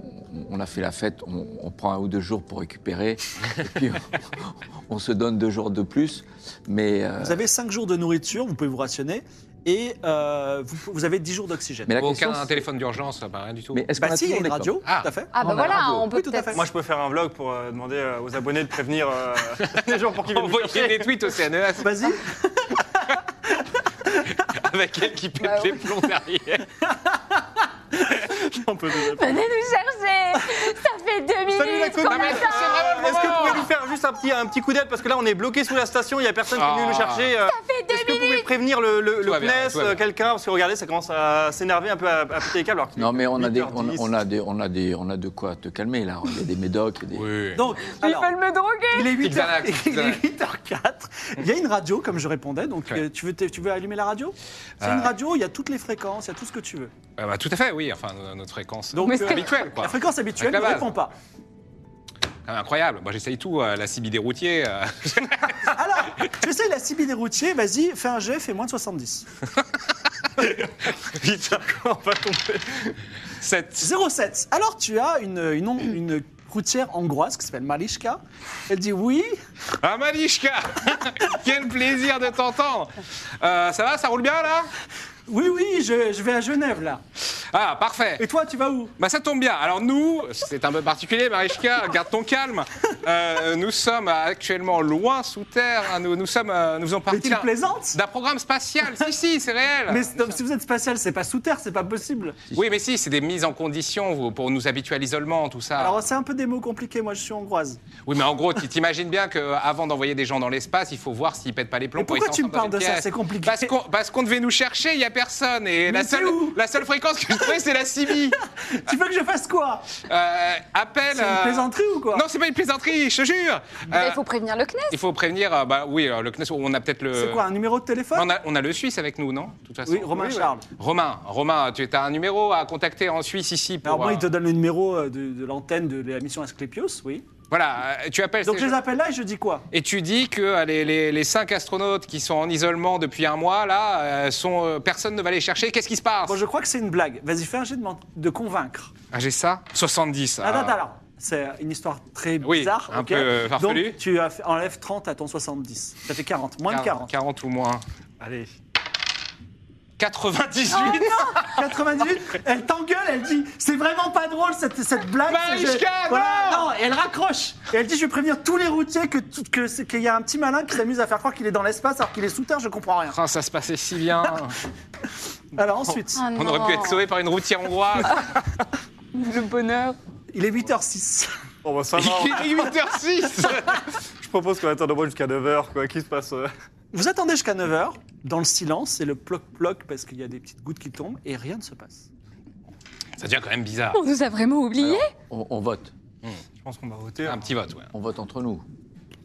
S2: on a fait la fête, on, on prend un ou deux jours pour récupérer, et puis on, on se donne deux jours de plus. Mais, euh,
S1: Vous avez 5 jours de nourriture, vous pouvez vous rationner, et euh, vous, vous avez 10 jours d'oxygène.
S2: mais la question,
S3: Aucun téléphone d'urgence, pas rien du tout.
S2: mais est-ce qu'on
S1: Bah
S2: a
S1: si, il y a
S2: toujours
S1: une
S2: les
S1: radio,
S2: cordes
S3: Ah.
S1: tout à fait.
S4: Ah bah
S2: On a la
S4: voilà,
S2: radio.
S4: on peut
S1: Oui, tout à
S4: peut-être-
S1: fait.
S5: Moi, je peux faire un vlog pour euh, demander euh, aux abonnés de prévenir euh, les gens pour qu'ils viennent nous
S3: Envoyer
S5: chercher.
S3: des tweets au E CNES
S1: Vas-y,
S4: Ah.
S3: avec elle qui pète
S4: Bah
S3: les plombs derrière.
S5: On peut déjà-
S4: Venez nous chercher Ça fait deux minutes qu'on
S3: Non, mais
S4: attend
S3: c'est vraiment le
S5: Est-ce que vous
S3: moment.
S5: pouvez nous faire juste un petit, un petit coup d'aide Parce que là, on est bloqué sous la station, il n'y a personne qui est venu nous
S3: Ah.
S5: chercher. euh, Est-ce que vous pouvez prévenir le, le, le
S3: Tout va bien,
S5: CNES,
S3: tout va bien.
S5: euh, quelqu'un Parce que regardez, ça commence à s'énerver un peu, à, à péter les câbles. alors qu'il
S2: Non, mais on a, des, on,
S5: 8h10.
S2: on a des, on, a des, on a de quoi te calmer, là. Il y a des médocs. il y a des-
S3: Oui.
S1: donc,
S4: Ils
S1: alors,
S4: veulent me droguer
S1: il est 8 heures-
S3: Xanax,
S1: il est
S3: Xanax.
S1: 8h04, il y a une radio, comme je répondais, donc
S3: Ouais.
S1: euh, tu, veux, tu veux allumer la radio C'est une
S3: Euh.
S1: radio, il y a toutes les fréquences, il y a tout ce que tu veux.
S3: Ah bah, tout à fait, oui. Enfin, no- notre fréquence
S1: Donc,
S4: Mais
S1: euh,
S4: c'est-
S3: habituelle, quoi.
S1: la fréquence habituelle
S3: Avec
S1: ne
S3: la base.
S1: répond pas.
S3: Ah, incroyable. Moi, j'essaye tout. euh, la CB des routiers. euh,
S1: Alors, tu sais, la CB des routiers, vas-y, fais un jet, fais moins de 70.
S5: Putain, on va tomber.
S3: cette-
S1: 07. Alors, tu as une, une, on- une routière hongroise qui s'appelle Malishka. Elle dit oui,
S3: Ah, Malishka Quel plaisir de t'entendre Euh, Ça va Ça roule bien, là
S1: oui, oui, je, je vais à Genève, là.
S3: Ah, parfait
S1: Et toi, tu vas où
S3: Bah ça tombe bien. Alors nous, c'est un peu particulier, Marichka, garde ton calme. Euh, nous sommes actuellement loin sous terre. hein. Nous, nous sommes, euh, nous faisons
S1: Mais
S3: partie
S1: tu
S3: d'un
S1: plaisantes
S3: d'un programme spatial. si si, c'est réel.
S1: Mais donc, si vous êtes spatial, c'est pas sous terre, c'est pas possible.
S3: Oui, mais si, c'est des mises en condition vous, pour nous habituer à l'isolement, tout ça.
S1: Alors, c'est un peu des mots compliqués, moi je suis hongroise.
S3: Oui, mais en gros, tu t'imagines bien qu'avant d'envoyer des gens dans l'espace, il faut voir s'ils pètent pas les plombs.
S1: Mais
S3: quand ils
S1: pourquoi
S3: sont
S1: tu me
S3: ensemble dans
S1: parles
S3: une
S1: de ça
S3: pièce.
S1: C'est compliqué.
S3: Parce qu'on parce qu'on devait nous chercher, il y a personne. Et
S1: Mais
S3: la
S1: c'est
S3: seule,
S1: où
S3: la seule fréquence que je Après, c'est la CIVI.
S1: Tu veux que je fasse quoi
S3: Euh, appel.
S1: C'est une
S3: euh,
S1: plaisanterie ou quoi
S3: Non, c'est pas une plaisanterie, je te jure.
S4: Mais
S3: Euh,
S4: Il faut prévenir le CNES.
S3: il faut prévenir. euh, bah oui, alors, le CNES, on a peut-être le.
S1: C'est quoi, un numéro de téléphone
S3: on a, on a le Suisse avec nous, non De toute façon.
S1: Oui, Romain
S3: ouais.
S1: Charles.
S3: Romain, Romain, tu as un numéro à contacter en Suisse ici pour.
S1: Alors moi,
S3: euh,
S1: il te donne le numéro euh, de, de l'antenne de la mission Asclepios, oui.
S3: Voilà, euh, tu appelles.
S1: Donc
S3: ces
S1: je les
S3: gens-
S1: appelle là et je dis quoi
S3: Et tu dis que euh, les, les- les cinq astronautes qui sont en isolement depuis un mois, là, euh, sont, euh, personne ne va les chercher. Qu'est-ce qui se passe
S1: Bon, je crois que c'est une blague. Vas-y, fais un jet de, ment- de convaincre.
S3: Ah, j'ai ça 70.
S1: Attends,
S3: ah.
S1: attends, alors. C'est une histoire très
S3: Oui,
S1: bizarre.
S3: un
S1: ok.
S3: peu, euh, farfelue.
S1: Donc tu as fait- enlèves 30 à ton 70. Ça fait 40, moins de 40.
S3: 40 ou moins.
S5: Allez.
S3: 98
S1: Ah. 98, elle t'engueule, elle dit c'est vraiment pas drôle cette, cette blague. ce jeu.
S3: Marichka,
S1: Voilà,
S3: non
S1: non, et elle raccroche. Et elle dit je vais prévenir tous les routiers que tout- que c'est- qu'il y a un petit malin qui s'amuse à faire croire qu'il est dans l'espace alors qu'il est sous terre, je comprends rien.
S3: Putain, Ah, Ça se passait si bien.
S1: Alors ensuite,
S4: Ah
S3: On aurait
S4: non.
S3: pu être sauvé par une routière hongroise.
S1: Ah,
S4: Le bonheur.
S1: il est 8h06.
S7: Bon, bah, ça va,
S3: Il est 8h06
S7: je propose qu'on attende au moins jusqu'à 9h, quoi. Qu'il se passe. euh,
S1: Vous attendez jusqu'à 9h dans le silence et le ploc-ploc parce qu'il y a des petites gouttes qui tombent et rien ne se passe.
S3: Ça devient quand même bizarre.
S4: On nous a vraiment oubliés.
S2: On, on vote.
S5: Je pense qu'on va voter. hein.
S3: Un petit vote, ouais.
S2: On vote entre nous.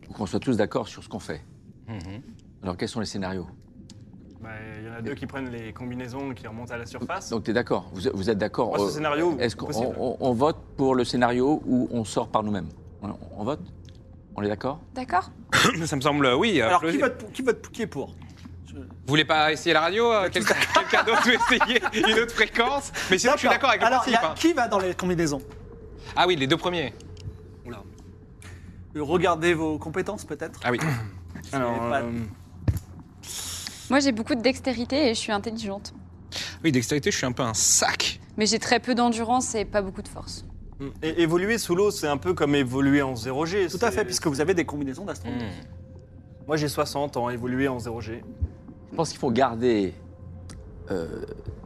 S2: Pour qu'on soit tous d'accord sur ce qu'on fait.
S3: Mhm.
S2: Alors, quels sont les scénarios
S5: Bah, Il y en a deux qui prennent les combinaisons qui remontent à la surface.
S2: Donc, tu es d'accord vous, vous êtes d'accord
S5: Moi, ce
S2: euh,
S5: scénario,
S2: Est-ce qu'on
S5: possible.
S2: on- on vote pour le scénario où on sort par nous-mêmes on, on vote On est d'accord
S4: D'accord.
S3: Ça me semble, oui. euh,
S1: Alors qui
S3: plausible.
S1: vote pour, qui vote pour- qui est pour
S3: Vous voulez pas essayer la radio euh, Quelqu'un quelqu'un d'autre veut essayer une autre fréquence Mais sinon, je suis d'accord avec le
S1: Alors il y
S3: principe.
S1: a-
S3: hein.
S1: qui va dans les combinaisons
S3: Ah oui, les deux premiers.
S1: Regardez vos compétences peut-être.
S3: Ah oui.
S5: Alors,
S1: pas-
S5: euh,
S4: Moi, j'ai beaucoup de dextérité et je suis intelligente.
S3: Oui, dextérité, je suis un peu un sac.
S4: Mais j'ai très peu d'endurance et pas beaucoup de force.
S7: é- évoluer sous l'eau, c'est un peu comme évoluer en 0G.
S1: Tout à
S7: c'est-
S1: fait, puisque vous avez des combinaisons d'astronomie.
S5: Hmm.
S7: Moi, j'ai 60 ans, évoluer en 0G.
S2: Je pense qu'il faut garder euh,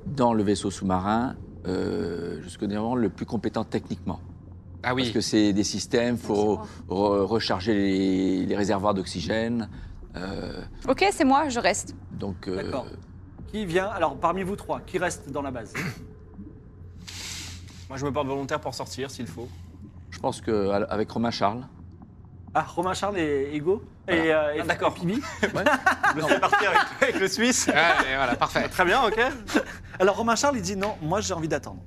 S2: dans le vaisseau sous-marin, euh, jusqu'au dernier moment, le plus compétent techniquement.
S3: Ah oui.
S2: Parce que c'est des systèmes, il faut re- recharger les, les réservoirs d'oxygène. euh,
S4: Ok, c'est moi, je reste.
S2: donc, euh,
S1: D'accord. Qui vient Alors parmi vous trois, qui reste dans la base
S5: moi, je me porte volontaire pour sortir s'il faut.
S2: je pense qu'avec Romain Charles,
S1: Ah, Romain Charles et Ego et, euh, et-
S5: d'accord.
S1: et Pibi.
S7: Je suis parti avec, avec le Suisse.
S3: Ah, et voilà, parfait.
S7: Très bien, ok.
S1: Alors Romain Charles, il dit non, moi j'ai envie d'attendre.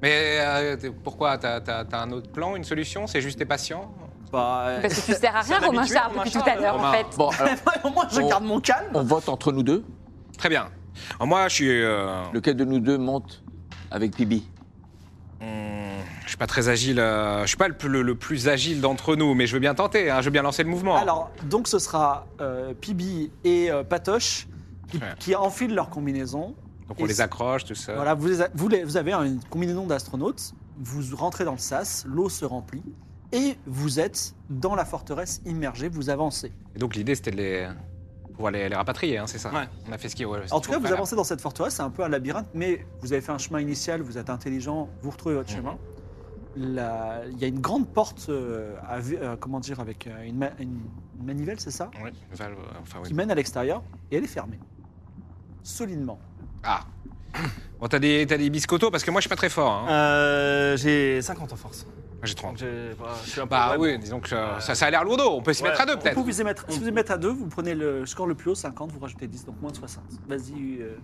S3: Mais euh, t'es- pourquoi T'as t'as- t'as un autre plan, une solution C'est juste t'es patient
S1: Bah, euh,
S4: Parce que tu sers à rien,
S7: un
S4: Romain
S7: habitué,
S4: Charles,
S7: Romain
S4: depuis tout à
S7: Charles.
S4: l'heure, en fait.
S2: Bon, alors,
S1: au moins je
S2: On-
S1: garde mon calme.
S2: on vote entre nous deux.
S3: Très bien. Alors, moi, je suis. euh,
S2: Lequel de nous deux monte avec Bibi
S3: Je suis pas très agile. euh, je suis pas le plus, le- le plus agile d'entre nous, mais je veux bien tenter. hein, je veux bien lancer le mouvement.
S1: Alors donc ce sera euh, Pibi et euh, Patoche qui,
S3: Ouais. Euh.
S1: qui enfilent leur combinaison.
S3: Donc on les accroche, tout ça.
S1: Voilà, vous, les a- vous, les- vous avez une combinaison d'astronautes. Vous rentrez dans le sas, l'eau se remplit et vous êtes dans la forteresse immergée. Vous avancez.
S3: Et donc l'idée, c'était de les pouvoir les, les rapatrier, hein, c'est ça.
S5: Ouais.
S3: On a fait ce qu'il
S1: En tout cas, vous avancez dans cette forteresse, c'est un peu un labyrinthe, mais vous avez fait un chemin initial, vous êtes intelligent, vous retrouvez votre chemin. La- Il y a une grande porte, euh, à vi- euh, comment dire, avec euh, une, ma- une manivelle, c'est ça
S3: Oui. valve, euh, Enfin, oui.
S1: Qui mène à l'extérieur et elle est fermée. Solidement.
S3: Ah. Bon, t'as des, t'as des biscottos parce que moi, je suis pas très fort. hein.
S7: Euh, j'ai 50 en force.
S3: Moi, J'ai trop.
S7: Donc,
S3: envie.
S7: j'ai- bah, je suis un peu.
S3: Bah
S7: ouais,
S3: oui,
S7: bon.
S3: disons que euh, ça, ça a l'air lourdeau. On peut s'y
S7: Ouais,
S3: mettre à deux,
S7: on
S1: Vous
S3: peut-être.
S1: pouvez vous y mettre, si vous y mettez à deux, vous prenez le score le plus haut, 50, vous rajoutez 10, donc moins de 60. Vas-y, euh,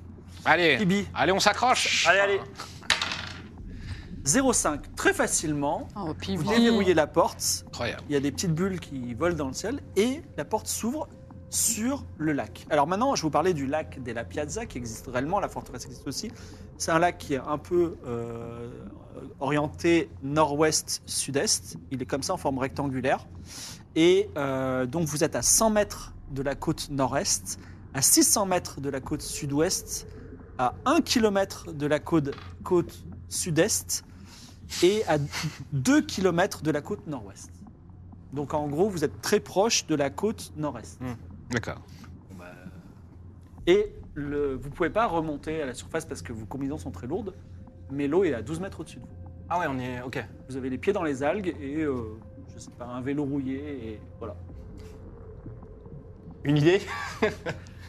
S3: Allez.
S1: Kibi.
S3: Allez, on s'accroche. Ah,
S7: Allez, allez.
S1: 0,5, très facilement.
S4: Oh, puis
S1: Vous déverrouillez la porte,
S3: Incroyable.
S1: Il y a des petites bulles qui volent dans le ciel et la porte s'ouvre sur le lac. Alors maintenant, je vous parlais du lac della Piazza qui existe réellement, la forteresse existe aussi. C'est un lac qui est un peu euh, orienté nord-ouest-sud-est. Il est comme ça en forme rectangulaire. Et euh, donc vous êtes à 100 mètres de la côte nord-est, à 600 mètres de la côte sud-ouest, à 1 km de la côte, côte sud-est et à 2 km de la côte nord-ouest. Donc en gros, vous êtes très proche de la côte nord-est.
S3: D'accord.
S1: Et le, vous pouvez pas remonter à la surface parce que vos combinaisons sont très lourdes, mais l'eau est à 12 mètres au-dessus de vous.
S5: Ah ouais, on est. Ok.
S1: Vous avez les pieds dans les algues et, euh, je sais pas, un vélo rouillé et voilà.
S7: Une idée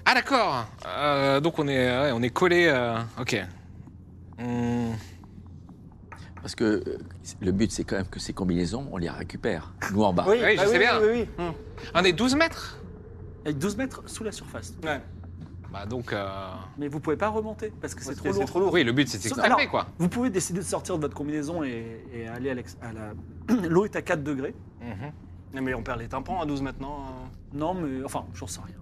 S3: Ah d'accord. Euh, donc on est, ouais, on est collé. euh, ok. Hmm.
S2: Parce que euh, le but, c'est quand même que ces combinaisons, on les récupère, nous en bas.
S3: Oui, je
S1: bah
S3: sais bien.
S1: Oui, oui,
S5: Hum.
S1: oui.
S3: Un des 12 mètres
S1: Avec 12 mètres sous la surface.
S3: Ouais. Bah donc. euh,
S1: Mais vous pouvez pas remonter parce que c'est trop lourd.
S3: Oui, le but c'est de
S1: Sauf-
S3: s'extirper
S1: alors-
S3: quoi.
S1: Vous pouvez décider de sortir de votre combinaison et, et aller à l'ex- à la. L'eau est à 4 degrés.
S3: Mhm.
S5: Non, mais on perd les tympans à 12 maintenant. hein.
S1: Non, mais enfin, j'en sais rien.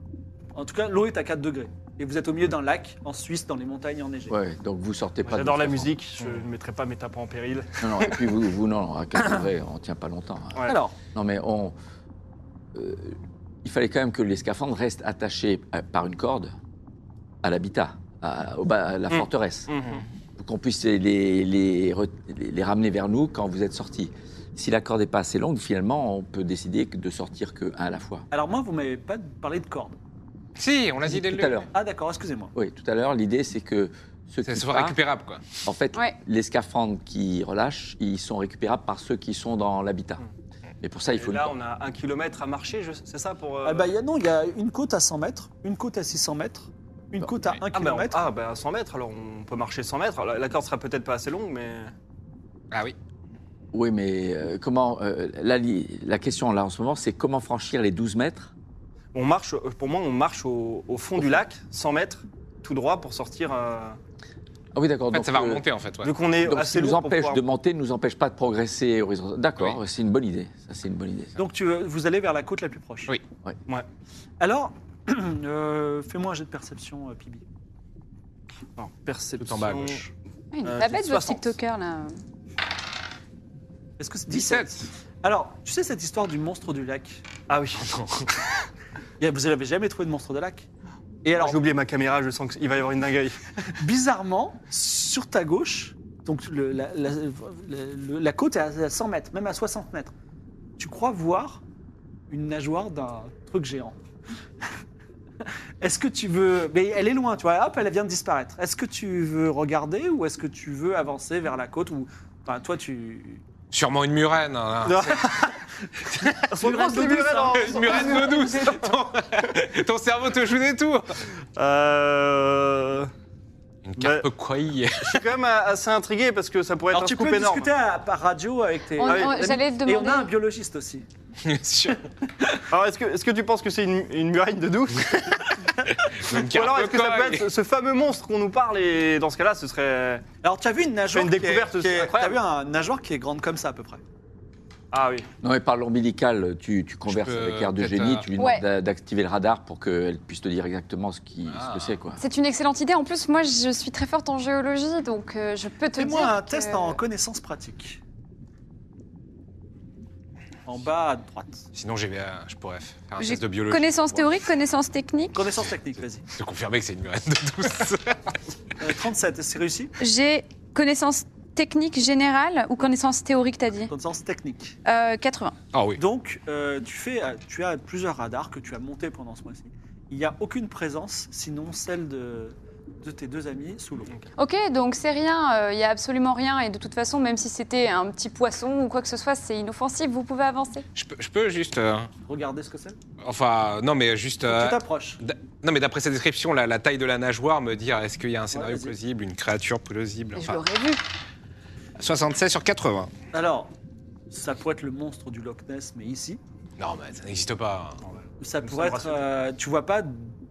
S1: En tout cas, l'eau est à 4 degrés. Et vous êtes au milieu d'un lac en Suisse, dans les montagnes enneigées.
S2: Ouais, donc vous sortez
S5: Moi,
S2: pas de
S5: J'adore la
S2: notre
S5: musique, je ne mettrai pas mes tympans en péril.
S2: enfant. Non, non, et puis vous, vous non, à 4 degrés, on tient pas longtemps. hein.
S5: Ouais.
S1: Alors,
S2: Non, mais on. euh, il fallait quand même que les scaphandres restent attachés à- par une corde à l'habitat, à, au bas- à la
S5: Mm.
S2: forteresse,
S1: Hum,
S5: Mhm.
S2: pour qu'on puisse les, les, les re- les- les ramener vers nous quand vous êtes sortis. Si la corde n'est pas assez longue, finalement, on peut décider que de sortir que un à la fois.
S1: alors moi, vous m'avez pas parlé de cordes.
S3: Si, on l'a dit dès le
S2: tout à l'heure.
S1: Ah, d'accord, excusez-moi.
S2: Oui, tout à l'heure, l'idée, c'est que ceux
S3: Ça
S2: qui
S3: soit
S2: partent,
S3: récupérable quoi.
S2: en fait,
S4: Ouais.
S2: les scaphandres qui relâchent, ils sont récupérables par ceux qui sont dans l'habitat. Mais pour ça, Ah, il
S5: Et
S2: faut une
S5: là,
S2: corde.
S5: on a un kilomètre à marcher, je- c'est ça pour. euh,
S1: Ah bah, il y a, non, il y a une côte à 100 mètres, une côte à 600 mètres, une
S2: Bah,
S1: côte à 1
S5: Ah, bah, on-
S1: km.
S5: ah, bah, à 100 mètres, alors on peut marcher 100 mètres. La, la corde sera peut-être pas assez longue, mais.
S3: Ah oui.
S2: Oui, mais euh, comment. euh, là, li- la question, là, en ce moment, c'est comment franchir les 12 mètres
S5: On marche, euh, pour moi, on marche au, au fond du lac, 100 mètres, tout droit pour sortir. euh,
S2: Ah oui, d'accord.
S3: En fait,
S2: donc,
S3: ça va
S2: euh,
S3: remonter en fait. ouais.
S5: Vu qu'on est
S2: donc, ce
S5: assez
S2: qui nous
S5: lourd pour
S2: empêche
S5: pouvoir-
S2: de monter ne nous empêche pas de progresser horizontalement. D'accord,
S3: Oui.
S2: c'est une bonne idée. Ça, c'est une bonne idée.
S1: Donc tu, veux- vous allez vers la côte la plus proche.
S3: Oui.
S2: Ouais.
S5: Ouais.
S1: Alors, euh, fais-moi un jet de perception, euh, Pibi.
S5: Alors, perception.
S3: Tout en bas à gauche.
S4: Ah, Il
S5: Euh,
S4: est pas bête votre
S5: 60.
S4: TikToker là.
S1: Est-ce que c'est
S3: 17
S1: Alors, tu sais cette histoire du monstre du lac
S5: Ah oui, non.
S1: Il y a- Vous n'avez jamais trouvé de monstre du lac Et
S5: Alors,
S1: alors,
S5: j'ai oublié ma caméra, je sens qu'il va y avoir une dinguerie.
S1: bizarrement, sur ta gauche, donc le- la, la- le- le- la côte est à 100 mètres, même à 60 mètres, tu crois voir une nageoire d'un truc géant. est-ce que tu veux... Mais elle est loin, tu vois, hop, elle vient de disparaître. Est-ce que tu veux regarder ou est-ce que tu veux avancer vers la côte ou... Enfin, toi, tu...
S3: Sûrement une murène. hein.
S5: Non.
S1: Faut
S5: Une race de
S1: début,
S5: murènes,
S1: ça.
S5: hein.
S3: Une murène d'eau douce. Ton... ton cerveau te joue des tours.
S5: Euh,
S3: Une
S5: Bah-
S3: carpe couaille.
S5: Je suis quand même assez intrigué parce que ça pourrait
S1: Alors,
S5: être
S1: tu
S5: un scoop
S1: peux
S5: énorme.
S1: discuter à- par radio avec tes...
S4: On-
S1: avec
S4: on-
S1: tes amis.
S4: j'allais te
S1: Et on a un
S4: demander.
S1: biologiste aussi.
S3: Bien sûr.
S5: Alors, est-ce que, est-ce que tu penses que c'est une, une muraille de douce
S3: Une
S5: Ou alors,
S3: carpe
S5: est-ce que ça peut
S3: couaille.
S5: être ce, ce fameux monstre qu'on nous parle Et dans ce cas-là, ce serait.
S1: Alors, tu as vu une nageoire
S5: une
S1: qui est-
S5: découverte,
S1: qui est-
S5: c'est
S1: T'as
S5: incroyable.
S1: vu un nageoire qui est grande comme ça, à peu près.
S5: Ah oui.
S2: Non, mais par l'ombilical, tu, tu converses
S3: peux,
S2: avec l'air de
S3: peut-être,
S2: génie,
S3: euh,
S2: tu lui
S4: Ouais.
S2: demandes d'a- d'activer le radar pour qu'elle puisse te dire exactement ce, qui, ce
S3: Ah.
S2: que c'est, quoi.
S4: C'est une excellente idée. En plus, moi, je suis très forte en géologie, donc euh, je peux te dire.
S1: Fais-moi un
S4: que-
S1: test en connaissance pratique. En bas à droite.
S3: Sinon, j'ai, euh, je pourrais faire un
S4: J'ai
S3: test de biologie.
S4: Connaissance théorique, connaissance technique.
S1: Connaissance technique, vas-y.
S3: Te confirmer que c'est une murène de douce.
S1: Euh, 37, est-ce que c'est réussi
S4: J'ai connaissance technique générale ou connaissance théorique, t'as dit
S1: Connaissance technique.
S4: Euh, 80.
S3: Ah oui.
S1: Donc, euh, tu, fais, euh, tu as plusieurs radars que tu as montés pendant ce mois-ci. Il n'y a aucune présence, sinon celle de, de tes deux amis sous l'eau.
S4: Ok, donc c'est rien, il y n'y a absolument rien. Et de toute façon, même si c'était un petit poisson ou quoi que ce soit, c'est inoffensif, vous pouvez avancer.
S3: Je peux, je peux juste. euh,
S1: Regardez ce que c'est.
S3: Enfin, non, mais juste. euh,
S1: Tu t'approches.
S3: d'a- Non, mais d'après sa description, la, la taille de la nageoire, me dire est-ce qu'il y a un scénario
S1: vas-y.
S3: plausible, une créature plausible.
S4: Et je
S3: enfin,
S4: l'aurais vu.
S3: 76 sur 80.
S1: Alors, ça pourrait être le monstre du Loch Ness, mais ici.
S3: Non, mais ça n'existe pas.
S1: Ça
S5: me
S1: pourrait
S5: semble
S1: être. euh, tu vois pas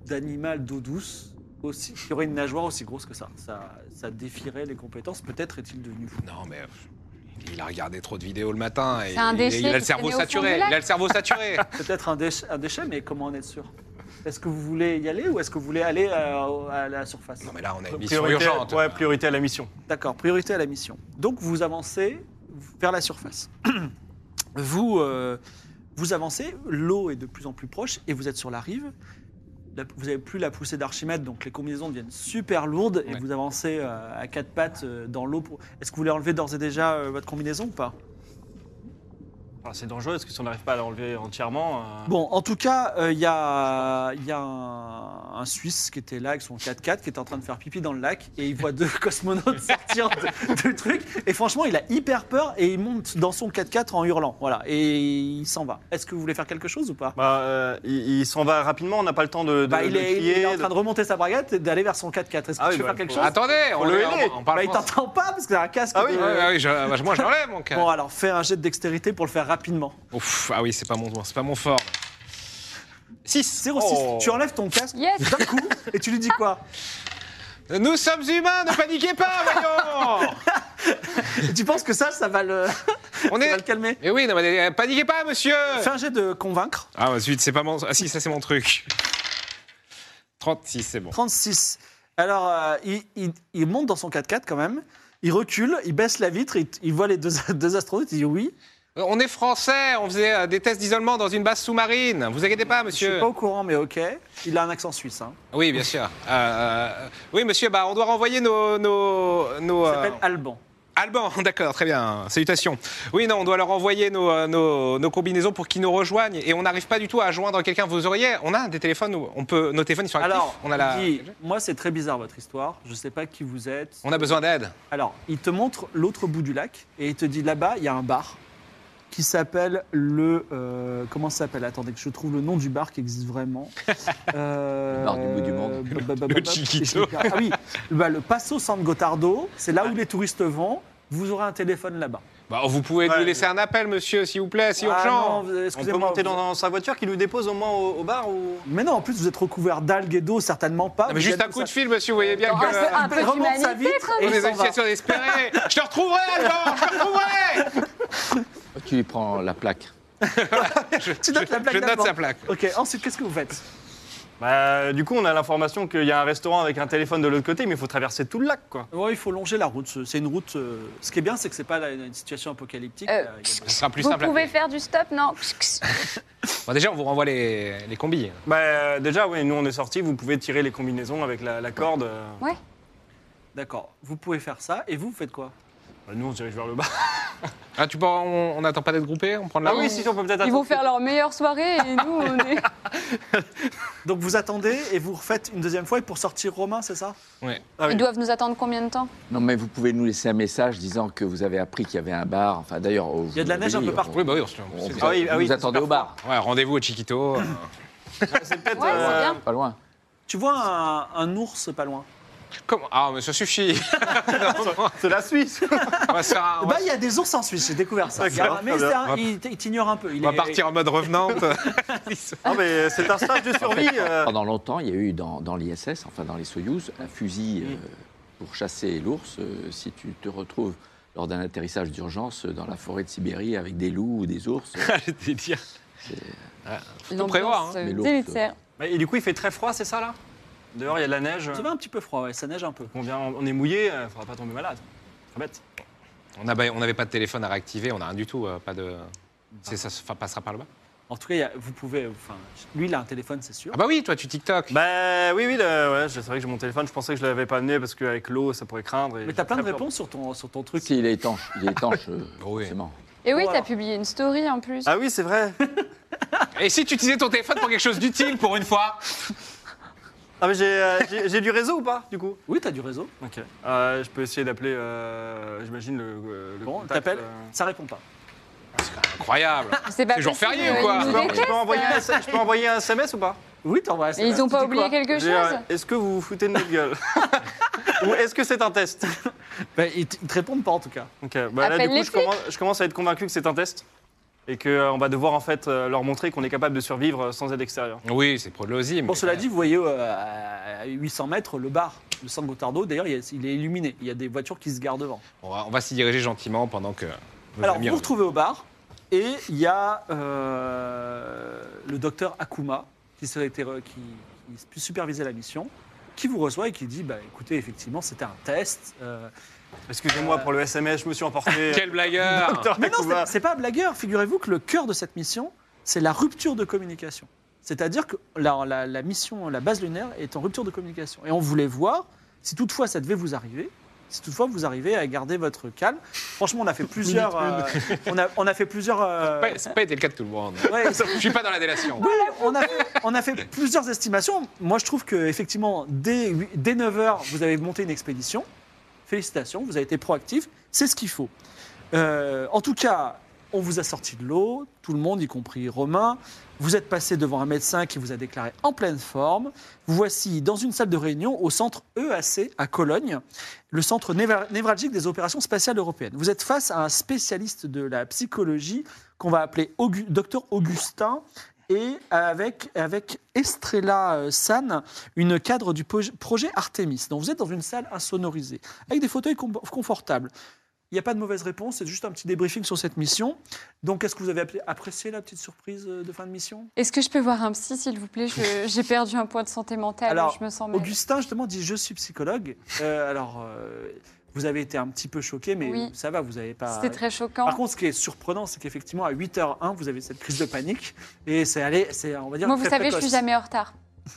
S1: d'animal d'eau douce aussi qui aurait une nageoire aussi grosse que ça. Ça, ça défierait les compétences. Peut-être est-il devenu fou.
S3: Non, mais. euh, Il a regardé trop de vidéos le matin et
S4: C'est un
S3: il-
S4: déchet
S3: il, a
S4: qui
S3: le cerveau
S4: traînait au fond
S3: saturé.
S4: du lac.
S3: Il a le cerveau saturé.
S1: Peut-être un, déch- un déchet, mais comment en être sûr Est-ce que vous voulez y aller ou est-ce que vous voulez aller euh, à la surface
S3: non, mais là, on a une mission
S5: Priorité,
S3: urgente.
S5: ouais, priorité à la mission.
S1: D'accord, priorité à la mission. Donc vous avancez vers la surface. vous, euh, vous avancez, l'eau est de plus en plus proche et vous êtes sur la rive. La- Vous n'avez plus la poussée d'Archimède, donc les combinaisons deviennent super lourdes et
S3: Ouais.
S1: vous avancez euh, à quatre pattes euh, dans l'eau. pour- Est-ce que vous voulez enlever d'ores et déjà euh, votre combinaison ou pas
S5: Ah,
S8: Enfin, c'est dangereux parce que si on n'arrive pas à l'enlever entièrement. euh,
S1: Bon, en tout cas, euh, il y a, y a un, un Suisse qui était là avec son 4x4 qui était en train de faire pipi dans le lac et il voit deux cosmonautes sortir de- du truc. Et franchement, il a hyper peur et il monte dans son 4x4 en hurlant. Voilà, et il s'en va. Est-ce que vous voulez faire quelque chose ou pas
S5: Bah, euh, il, il s'en va rapidement, on n'a pas le temps de, de-
S1: Bah, il,
S5: de
S1: est, il
S5: crier,
S1: est en train
S5: de-
S1: de remonter sa brigade et d'aller vers son 4x4. Est-ce que
S5: Ah
S1: tu
S5: oui,
S1: veux
S5: bah,
S1: faire quelque
S5: faut-
S1: chose
S3: Attendez, on,
S5: le
S3: est-
S5: aider.
S3: on- on parle
S1: Bah, il
S3: français.
S1: t'entend pas parce que t'as un casque.
S5: Ah oui,
S1: de-
S3: Ouais, ouais, ouais, je- moi je l'enlève mon cas.
S1: Bon, alors fais un jet de dextérité pour le faire rapidement.
S3: Ouf, ah oui, c'est pas mon c'est pas mon fort.
S1: 6, 06.
S3: Oh.
S1: Tu enlèves ton casque
S4: Yes
S1: d'un coup et tu lui dis quoi
S3: Nous sommes humains, ne paniquez pas, voyons.
S1: Et Tu penses que ça, ça va le, ça va
S3: On
S1: le
S3: est
S1: calmer
S3: Mais oui, non, mais, euh, paniquez pas, monsieur.
S1: Fais un jet de convaincre.
S3: Ah bah, zut, c'est pas mon Ah si, ça c'est mon truc. 36, c'est bon.
S1: 36. Alors, euh, il, il- il monte dans son 4x4 quand même. Il recule, il baisse la vitre, il, il voit les deux, deux astronautes, il dit oui.
S3: Euh, On est français, on faisait euh, des tests d'isolement dans une base sous-marine. Vous inquiétez pas,
S1: Je suis
S3: monsieur.
S1: pas au courant, mais ok. Il a un accent suisse. Hein.
S3: Oui, bien sûr. Euh, euh, oui, monsieur, bah, on doit renvoyer nos. nos, nos
S1: Il
S3: euh,
S1: s'appelle Alban.
S3: Alban, d'accord, très bien. Salutations. Oui, non, on doit leur envoyer nos, euh, nos, nos combinaisons pour qu'ils nous rejoignent. Et on n'arrive pas du tout à joindre quelqu'un. Vous auriez. On a des téléphones où on peut. Nos téléphones, ils sont actifs.
S1: Alors,
S3: on a la.
S1: il dit, moi c'est très bizarre votre histoire, je sais pas qui vous êtes.
S3: On a besoin d'aide.
S1: Alors, il te montre l'autre bout du lac et il te dit là-bas, il y a un bar qui s'appelle le... euh, comment ça s'appelle Attendez que je trouve le nom du bar qui existe vraiment. Euh,
S2: Le bar du bout du monde.
S1: bah, bah, bah, bah,
S3: Le
S1: bah,
S3: Chiquito.
S1: je l'ai perdu. Ah oui, bah, le Passo San Gotardo, c'est là où les touristes vont. Vous aurez un téléphone là-bas.
S3: Bah, vous pouvez
S5: Ouais,
S3: nous laisser un appel, monsieur, s'il vous plaît,
S1: Ah,
S3: c'est urgent.
S5: On peut monter dans sa voiture qui nous dépose au moins au, au bar ou...
S1: Mais non, en plus vous êtes recouvert d'algues et d'eau, certainement pas.
S3: Non, mais
S1: Vous
S3: juste
S1: êtes
S3: un
S1: tout
S3: coup
S1: ça-
S3: de Ah, fil, monsieur, vous voyez bien que.
S4: Un peu- un
S1: il
S4: peu
S1: remonte sa
S4: d'humanité,
S1: vitre
S4: quand
S1: et
S3: On
S4: même.
S1: il
S3: est
S1: s'en va.
S3: associations désespérées. Je te retrouverai, Alban, je te retrouverai.
S2: Tu lui prends la plaque.
S1: Tu notes la plaque
S3: Je note
S1: d'Alban.
S3: sa plaque.
S1: Ok, ensuite qu'est-ce que vous faites
S5: Bah, du coup, on a l'information qu'il y a un restaurant avec un téléphone de l'autre côté, mais il faut traverser tout le lac, quoi.
S1: Ouais, il faut longer la route. C'est une route. euh, Ce qui est bien, c'est que c'est pas la- une situation apocalyptique.
S4: Euh,
S1: Il y a- il y a-
S3: Ce sera plus
S4: Vous
S3: simple.
S4: pouvez faire du stop, non
S3: Bon, déjà, on vous renvoie les, les combis.
S5: Bah, euh, déjà, oui, nous, on est sortis, vous pouvez tirer les combinaisons avec la, la corde. euh.
S1: D'accord. Vous pouvez faire ça. Et vous, vous faites quoi
S5: Bah, nous, on se dirige vers le bar.
S3: Ah, tu penses- on n'attend pas d'être groupé On prend de la
S5: Ah
S3: route
S5: oui, si, si, on peut peut-être
S4: Ils vont
S5: attendre.
S4: faire leur meilleure soirée et nous, on est.
S3: Ah
S1: Donc vous attendez et vous refaites une deuxième fois et pour sortir Romain, c'est ça
S4: Ils doivent nous attendre combien de temps
S2: Non, mais vous pouvez nous laisser un message disant que vous avez appris qu'il y avait un bar. Enfin, d'ailleurs, oh,
S1: y a de la
S2: vous
S1: neige un
S2: l'avez
S1: peu
S2: dit,
S1: partout.
S2: on-
S3: Oui, bah oui, on se
S2: on vous,
S5: Ah
S2: ah
S5: oui, ah oui, c'est
S2: attendez au bar,
S3: Ouais, rendez-vous au Chiquito. euh,
S5: C'est peut-être...
S4: Ouais, c'est
S5: euh,
S4: bien.
S2: pas loin.
S1: Tu vois un, un ours pas loin.
S3: comment Ah, mais ça suffit.
S5: C'est la Suisse
S3: on va, se faire un- on
S1: Bah,
S3: va-
S1: il y a des ours en Suisse. J'ai découvert ça.
S5: D'accord,
S1: Il y a-
S5: très
S1: mais
S5: bien.
S1: c'est un-
S3: On va-
S1: il, t- il t'ignore un peu. Il
S3: on va
S1: est-
S3: partir en mode revenante.
S5: Ah, mais c'est un stage de survie. euh.
S2: Pendant longtemps, il y a eu dans, dans l'ISS, enfin dans les Soyouz, un fusil
S1: Mm.
S2: euh, pour chasser l'ours. Euh, si tu te retrouves lors d'un atterrissage d'urgence euh, dans la forêt de Sibérie avec des loups ou des ours,
S5: Ah,
S2: euh,
S3: Je vais te dire.
S4: L'ambiance
S3: prévoir, hein.
S4: euh,
S2: Mais l'autre,
S4: déliciaire.
S5: Bah, Et du coup, il fait très froid, c'est ça, là Dehors, il y a de la neige.
S1: Ça va un petit peu froid. Ouais, ça neige un peu.
S5: On, vient, on est mouillé, euh, faudra pas tomber malade. Très bête.
S3: On a- bah, on n'avait pas de téléphone à réactiver, on n'a rien du tout. euh, pas de... c'est- Ça se- enfin, passera par le bas
S1: En tout cas, il y a- vous pouvez. Enfin, lui, il a un téléphone, c'est sûr.
S3: Ah bah oui, toi, tu TikTok.
S5: Bah oui, oui, le- ouais, c'est vrai que j'ai mon téléphone, je pensais que je l'avais pas amené parce qu'avec l'eau, ça pourrait craindre. et
S1: mais t'as
S5: j'ai
S1: plein de
S5: bah, très peur.
S1: réponses sur ton sur ton truc.
S2: si il est étanche, il est étanche, euh,
S3: Oui.
S2: forcément.
S4: Et oui,
S1: Bon,
S4: t'as
S1: alors.
S4: publié une story en plus.
S5: Ah oui, c'est vrai.
S3: Et si tu utilisais ton téléphone pour quelque chose d'utile, pour une fois
S5: Ah, mais j'ai, euh, j'ai j'ai du réseau ou pas, du coup
S1: Oui, t'as du réseau.
S5: Ok. Euh, je peux essayer d'appeler, euh, j'imagine, le, euh, le
S1: Bon,
S5: contact,
S1: t'appelles.
S5: euh.
S1: Ça répond pas.
S3: Incroyable.
S4: C'est pas
S3: C'est jour
S4: possible,
S3: férié ou
S4: euh,
S3: quoi Ah,
S4: ils nous
S5: Je peux, je
S4: détestent.
S5: peux envoyer un, S- je peux envoyer un SMS ou pas
S1: Oui, t'envoies. un
S4: Et
S1: SMS,
S4: ils ont
S1: tu
S4: pas
S1: dis
S4: oublié
S1: quoi
S4: quelque
S5: J'ai, euh,
S4: chose
S5: Est-ce que vous vous foutez de notre gueule Ou est-ce que c'est un test
S1: Bah, ils t- ils te répondent pas en tout cas.
S5: Ok, bah là,
S4: Appelle
S5: du coup,
S4: les
S5: je commence, je commence à être convaincu que c'est un test et qu'on va devoir en fait euh, leur montrer qu'on est capable de survivre euh, sans aide extérieure.
S3: Oui, c'est prolosim.
S1: Bon, cela dit, vous voyez euh, à 800 mètres le bar de San Gotardo. D'ailleurs, il y a- il est illuminé. Il y a des voitures qui se garent devant.
S3: On va, on va s'y diriger gentiment pendant que.
S1: Alors,
S3: nos amis
S1: vous vous
S3: reviennent.
S1: retrouvez au bar et il y a euh, le docteur Akuma qui, se- qui, qui supervisait la mission qui vous reçoit et qui dit bah, écoutez, effectivement, c'était un test. euh,
S5: Excusez-moi pour le SMS, je me suis emporté.
S3: Quel blagueur
S5: Docteur
S1: Mais non,
S5: Takuba.
S1: c'est- c'est pas un blagueur. Figurez-vous que le cœur de cette mission, c'est la rupture de communication. C'est-à-dire que la, la- la mission, la base lunaire est en rupture de communication. Et on voulait voir si toutefois ça devait vous arriver, Si toutefois vous arrivez à garder votre calme. Franchement, on a fait plusieurs. euh, on, a, on a fait plusieurs. euh,
S3: Ouais, C'est pas été le cas de tout le monde.
S1: ouais,
S3: Je suis pas dans la délation.
S1: Oui, on a, fait, on a fait plusieurs estimations. Moi, je trouve que effectivement, dès, huit- dès 9h, vous avez monté une expédition. Félicitations, vous avez été proactif. C'est ce qu'il faut. Euh, en tout cas, on vous a sorti de l'eau, tout le monde, y compris Romain. Vous êtes passé devant un médecin qui vous a déclaré en pleine forme. Vous voici dans une salle de réunion au centre EAC à Cologne, le centre néva- névralgique des opérations spatiales européennes. Vous êtes face à un spécialiste de la psychologie qu'on va appeler Augu- Dr Augustin et avec, avec Estrella euh, San, une cadre du poj- projet Artemis. Donc vous êtes dans une salle insonorisée, avec des fauteuils com- confortables. Il n'y a pas de mauvaise réponse, c'est juste un petit débriefing sur cette mission. Donc, est-ce que vous avez appelé- apprécié la petite surprise euh, de fin de mission
S4: Est-ce que je peux voir un psy, s'il vous plaît Je- J'ai perdu un point de santé mentale,
S1: Alors,
S4: je me sens mal.
S1: Augustin, justement, dit Je suis psychologue. Euh, alors, euh, vous avez été un petit peu choqué, mais
S4: Oui.
S1: ça va, vous n'avez pas.
S3: euh,
S4: C'était très choquant.
S1: Par contre, ce qui est surprenant, c'est qu'effectivement, à 8h01, vous avez cette crise de panique. Et c'est allé, c'est, on va dire.
S4: Moi, vous
S1: très
S4: savez, je
S1: précoce.
S4: suis jamais en retard. Je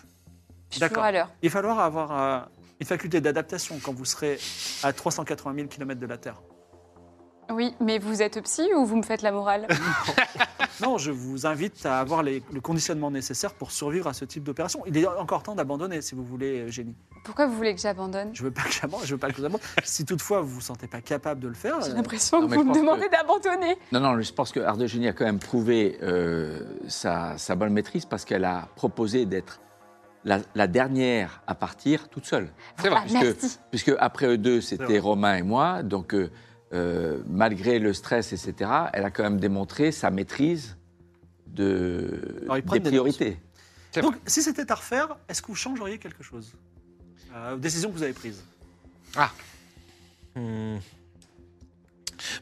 S4: suis
S1: D'accord.
S4: toujours à l'heure.
S1: Il va falloir avoir euh, une faculté d'adaptation quand vous serez à 380 000 km de la Terre.
S4: Oui, mais vous êtes psy ou vous me faites la morale
S1: Non, je vous invite à avoir les- le conditionnement nécessaire pour survivre à ce type d'opération. Il est encore temps d'abandonner, si vous voulez, euh, Génie.
S4: Pourquoi vous voulez que j'abandonne
S1: Je veux pas que j'abandonne, je veux pas que vous abandonniez. Si toutefois vous vous sentez pas capable de le faire,
S4: J'ai
S1: euh,
S4: l'impression
S2: non,
S4: que
S2: mais
S4: vous
S2: je
S4: me
S2: pense
S4: demandez d'abandonner.
S2: Non, non, je pense que Ardegenie a quand même prouvé euh, sa, sa bonne maîtrise parce qu'elle a proposé d'être la, la dernière à partir toute seule.
S3: C'est vrai,
S4: Ah,
S2: puisque,
S4: merci.
S2: puisque après eux deux,
S5: vrai.
S2: c'était Romain et moi. Donc, euh, euh, malgré le stress, etc., elle a quand même démontré sa maîtrise de,
S1: Alors, ils
S2: des
S1: prennent des
S2: priorités.
S3: C'est
S1: donc si c'était à refaire, est-ce que vous changeriez quelque chose Euh, Décision que vous avez prise.
S3: Hmm.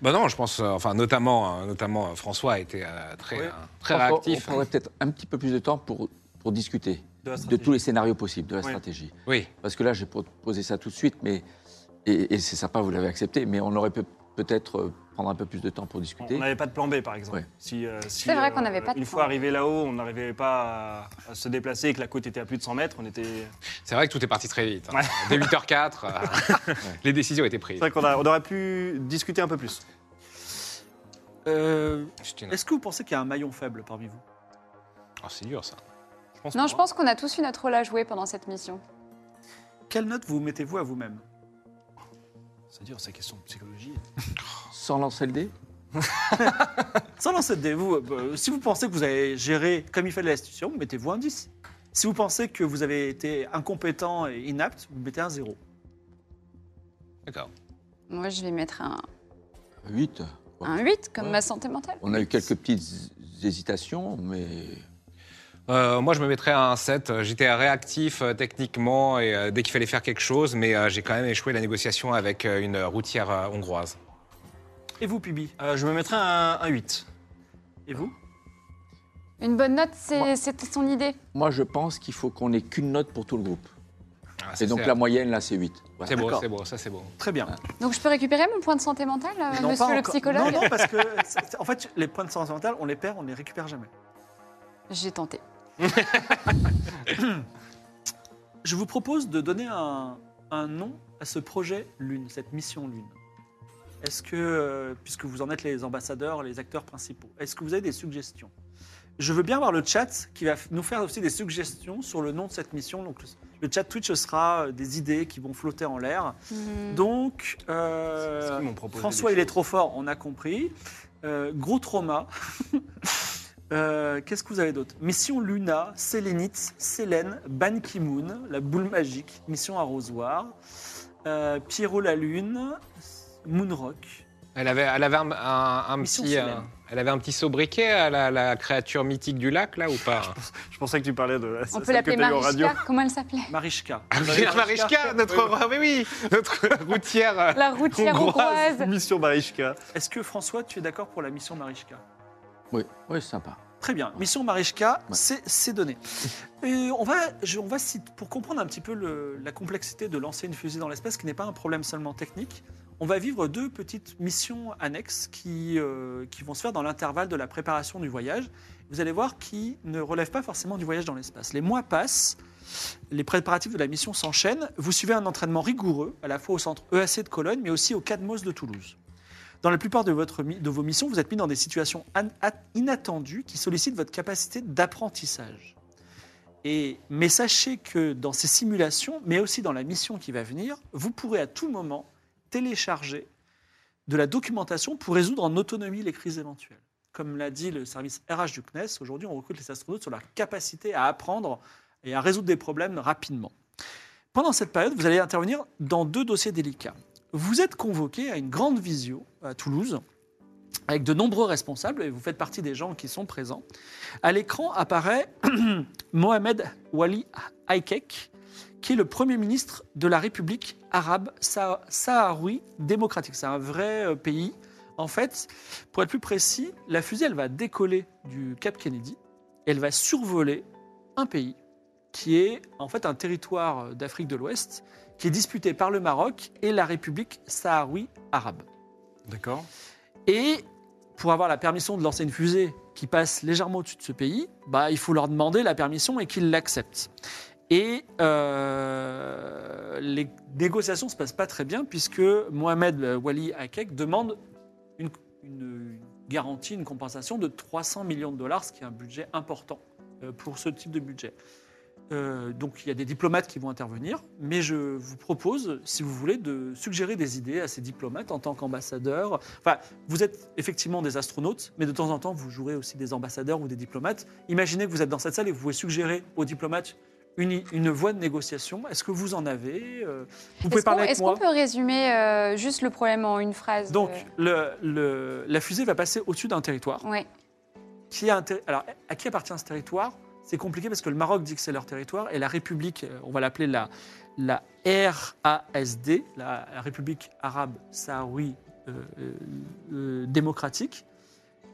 S3: Bah non, je pense, euh, enfin notamment, euh, notamment euh, François a été euh, très,
S5: Oui.
S3: euh, très
S2: Je pense qu'on-
S3: réactif.
S2: On aurait peut-être un petit peu plus de temps pour, pour discuter
S5: De la
S2: de
S5: stratégie.
S2: tous les scénarios possibles, de la
S5: Oui.
S2: stratégie.
S3: Oui,
S2: Parce que là, j'ai proposé ça tout de suite, mais et, et c'est sympa, vous l'avez accepté, mais on aurait peut- peut-être euh, prendre un peu plus de temps pour
S5: On
S2: discuter.
S5: on n'avait pas de plan B, par exemple.
S2: Ouais.
S5: Si, euh, si,
S4: C'est vrai qu'on n'avait pas de
S5: Une
S4: plan
S5: fois
S4: B.
S5: arrivé là-haut, on n'arrivait pas à, à se déplacer et que la côte était à plus de 100 mètres. On était.
S3: c'est vrai que tout est parti très vite. hein. Dès 8h04, euh, les décisions étaient prises.
S5: C'est vrai qu'on a- on aurait pu discuter un peu plus.
S1: Euh,
S3: C'était une-
S1: est-ce que vous pensez qu'il y a un maillon faible parmi vous
S3: Oh, c'est dur ça.
S4: Non, je pense qu'on a tous eu notre rôle à jouer pendant cette mission.
S1: Quelle note vous mettez-vous à vous-même
S5: C'est dur, ces questions de psychologie.
S2: Sans lancer le dé
S1: Sans lancer de dé, vous, euh, si vous pensez que vous avez géré comme il fallait l'institution, mettez-vous un 10. Si vous pensez que vous avez été incompétent et inapte, vous mettez un 0.
S3: D'accord.
S4: Moi, je vais mettre un,
S2: 8.
S4: un 8, comme ma santé mentale.
S2: On a eu quelques petites hésitations, mais
S3: Euh, moi, je me mettrais à un 7. Euh, J'étais réactif euh, techniquement et euh, dès qu'il fallait faire quelque chose, mais euh, j'ai quand même échoué la négociation avec euh, une routière euh, hongroise.
S1: Et vous, Pibi
S5: Euh, je me mettrais un, un 8.
S1: Et vous
S4: Une bonne note, c'est-
S2: Moi.
S4: c'était son idée.
S2: moi, je pense qu'il faut qu'on ait qu'une note pour tout le groupe.
S3: Ah, ça,
S2: Et donc
S3: c'est-
S2: la moyenne, là, c'est 8.
S3: c'est beau,
S1: d'accord.
S3: c'est beau, ça c'est beau.
S1: Très bien.
S4: Donc, je peux récupérer mon point de santé mentale, euh,
S1: Non, pas
S4: monsieur le
S1: encore.
S4: psychologue
S1: Non, non, parce que c'est- c'est- en fait, les points de santé mentale, on les perd, on les récupère jamais.
S4: J'ai tenté.
S1: Je vous propose de donner un, un nom à ce projet Lune, cette mission Lune. Est-ce que, euh, puisque vous en êtes les ambassadeurs, les acteurs principaux, est-ce que vous avez des suggestions Je veux bien voir le chat qui va f- nous faire aussi des suggestions sur le nom de cette mission. Donc, le- le chat Twitch ce sera euh, des idées qui vont flotter en l'air.
S4: Hmm.
S1: Donc, euh,
S5: C'est ce qu'ils m'ont proposé
S1: François,
S5: des
S1: il est
S5: choses.
S1: trop fort, on a compris. Euh, gros trauma. Euh, Qu'est-ce que vous avez d'autre Mission Luna, Sélénite, Sélène, Ban Ki-moon, la boule magique, Mission Arrosoir, euh, Pierrot la Lune, Moonrock.
S3: Elle avait, elle avait un, un- un
S1: Mission
S3: petit,
S1: Solène.
S3: euh, elle avait un petit sobriquet à la, la créature mythique du lac là ou pas
S5: Je pensais que tu parlais de.
S4: On
S5: celle
S4: peut
S5: que
S4: l'appeler
S5: t'as eu en radio.
S4: Mariska. Comment elle s'appelait
S1: Marishka.
S3: Pierre Marichka, Ah, notre, oui, oui, notre routière. euh,
S4: La routière hongroise.
S5: Mission Barishka.
S1: Est-ce que François, tu es d'accord pour la mission Marishka
S2: Oui, oui c'est sympa.
S1: Très bien. Mission Marichka,
S2: Ouais.
S1: c'est c'est donné. Et on va, je- on va si- pour comprendre un petit peu le- la complexité de lancer une fusée dans l'espace, qui n'est pas un problème seulement technique, on va vivre deux petites missions annexes qui, euh, qui vont se faire dans l'intervalle de la préparation du voyage. Vous allez voir qui ne relèvent pas forcément du voyage dans l'espace. Les mois passent. Les préparatifs de la mission s'enchaînent. Vous suivez un entraînement rigoureux, à la fois au centre EAC de Cologne, mais aussi au CADMOS de Toulouse. Dans la plupart de, votre mi- de vos missions, vous êtes mis dans des situations an- at- inattendues qui sollicitent votre capacité d'apprentissage. Et, mais sachez que dans ces simulations, mais aussi dans la mission qui va venir, vous pourrez à tout moment télécharger de la documentation pour résoudre en autonomie les crises éventuelles. Comme l'a dit le service RH du CNES, aujourd'hui on recrute les astronautes sur leur capacité à apprendre et à résoudre des problèmes rapidement. Pendant cette période, vous allez intervenir dans deux dossiers délicats. Vous êtes convoqué à une grande visio à Toulouse avec de nombreux responsables et vous faites partie des gens qui sont présents. À l'écran apparaît Mohamed Wali Haïkek, qui est le premier ministre de la République arabe Sa- sahraoui démocratique. C'est un vrai euh, pays. En fait, pour être plus précis, la fusée, elle va décoller du Cap Kennedy. Elle va survoler un pays qui est en fait un territoire euh, d'Afrique de l'Ouest qui est disputé par le Maroc et la République sahraoui arabe.
S5: D'accord.
S1: Et pour avoir la permission de lancer une fusée qui passe légèrement au-dessus de ce pays, bah, il faut leur demander la permission et qu'ils l'acceptent. Et euh, les négociations ne se passent pas très bien puisque Mohamed euh, Wali Hakek demande une, une garantie, une compensation de 300 millions de dollars, ce qui est un budget important euh, pour ce type de budget. Euh, donc il y a des diplomates qui vont intervenir, mais je vous propose, si vous voulez, de suggérer des idées à ces diplomates en tant qu'ambassadeurs, Enfin, vous êtes effectivement des astronautes, mais de temps en temps, vous jouerez aussi des ambassadeurs ou des diplomates. Imaginez que vous êtes dans cette salle et vous pouvez suggérer aux diplomates une, une voie de négociation. Est-ce que vous en avez Euh, Vous pouvez
S4: Est-ce qu'on
S1: parler avec
S4: est-ce
S1: moi.
S4: qu'on peut résumer euh, juste le problème en une phrase
S1: Donc, le- le- la fusée va passer au-dessus d'un territoire.
S4: Oui,
S1: Qui a un ter- Alors, à qui appartient ce territoire C'est compliqué parce que le Maroc dit que c'est leur territoire et la République, euh, on va l'appeler la, la RASD, la, la République arabe sahraoui euh, euh, euh, démocratique,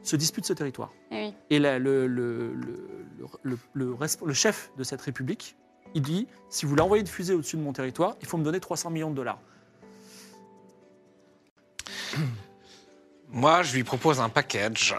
S1: se dispute ce territoire.
S4: Eh oui.
S1: Et là, le, le, le- le- le- le resp- le chef de cette république, il dit si vous voulez envoyer une fusée au-dessus de mon territoire, il faut me donner 300 millions de dollars.
S3: Moi, je lui propose un package.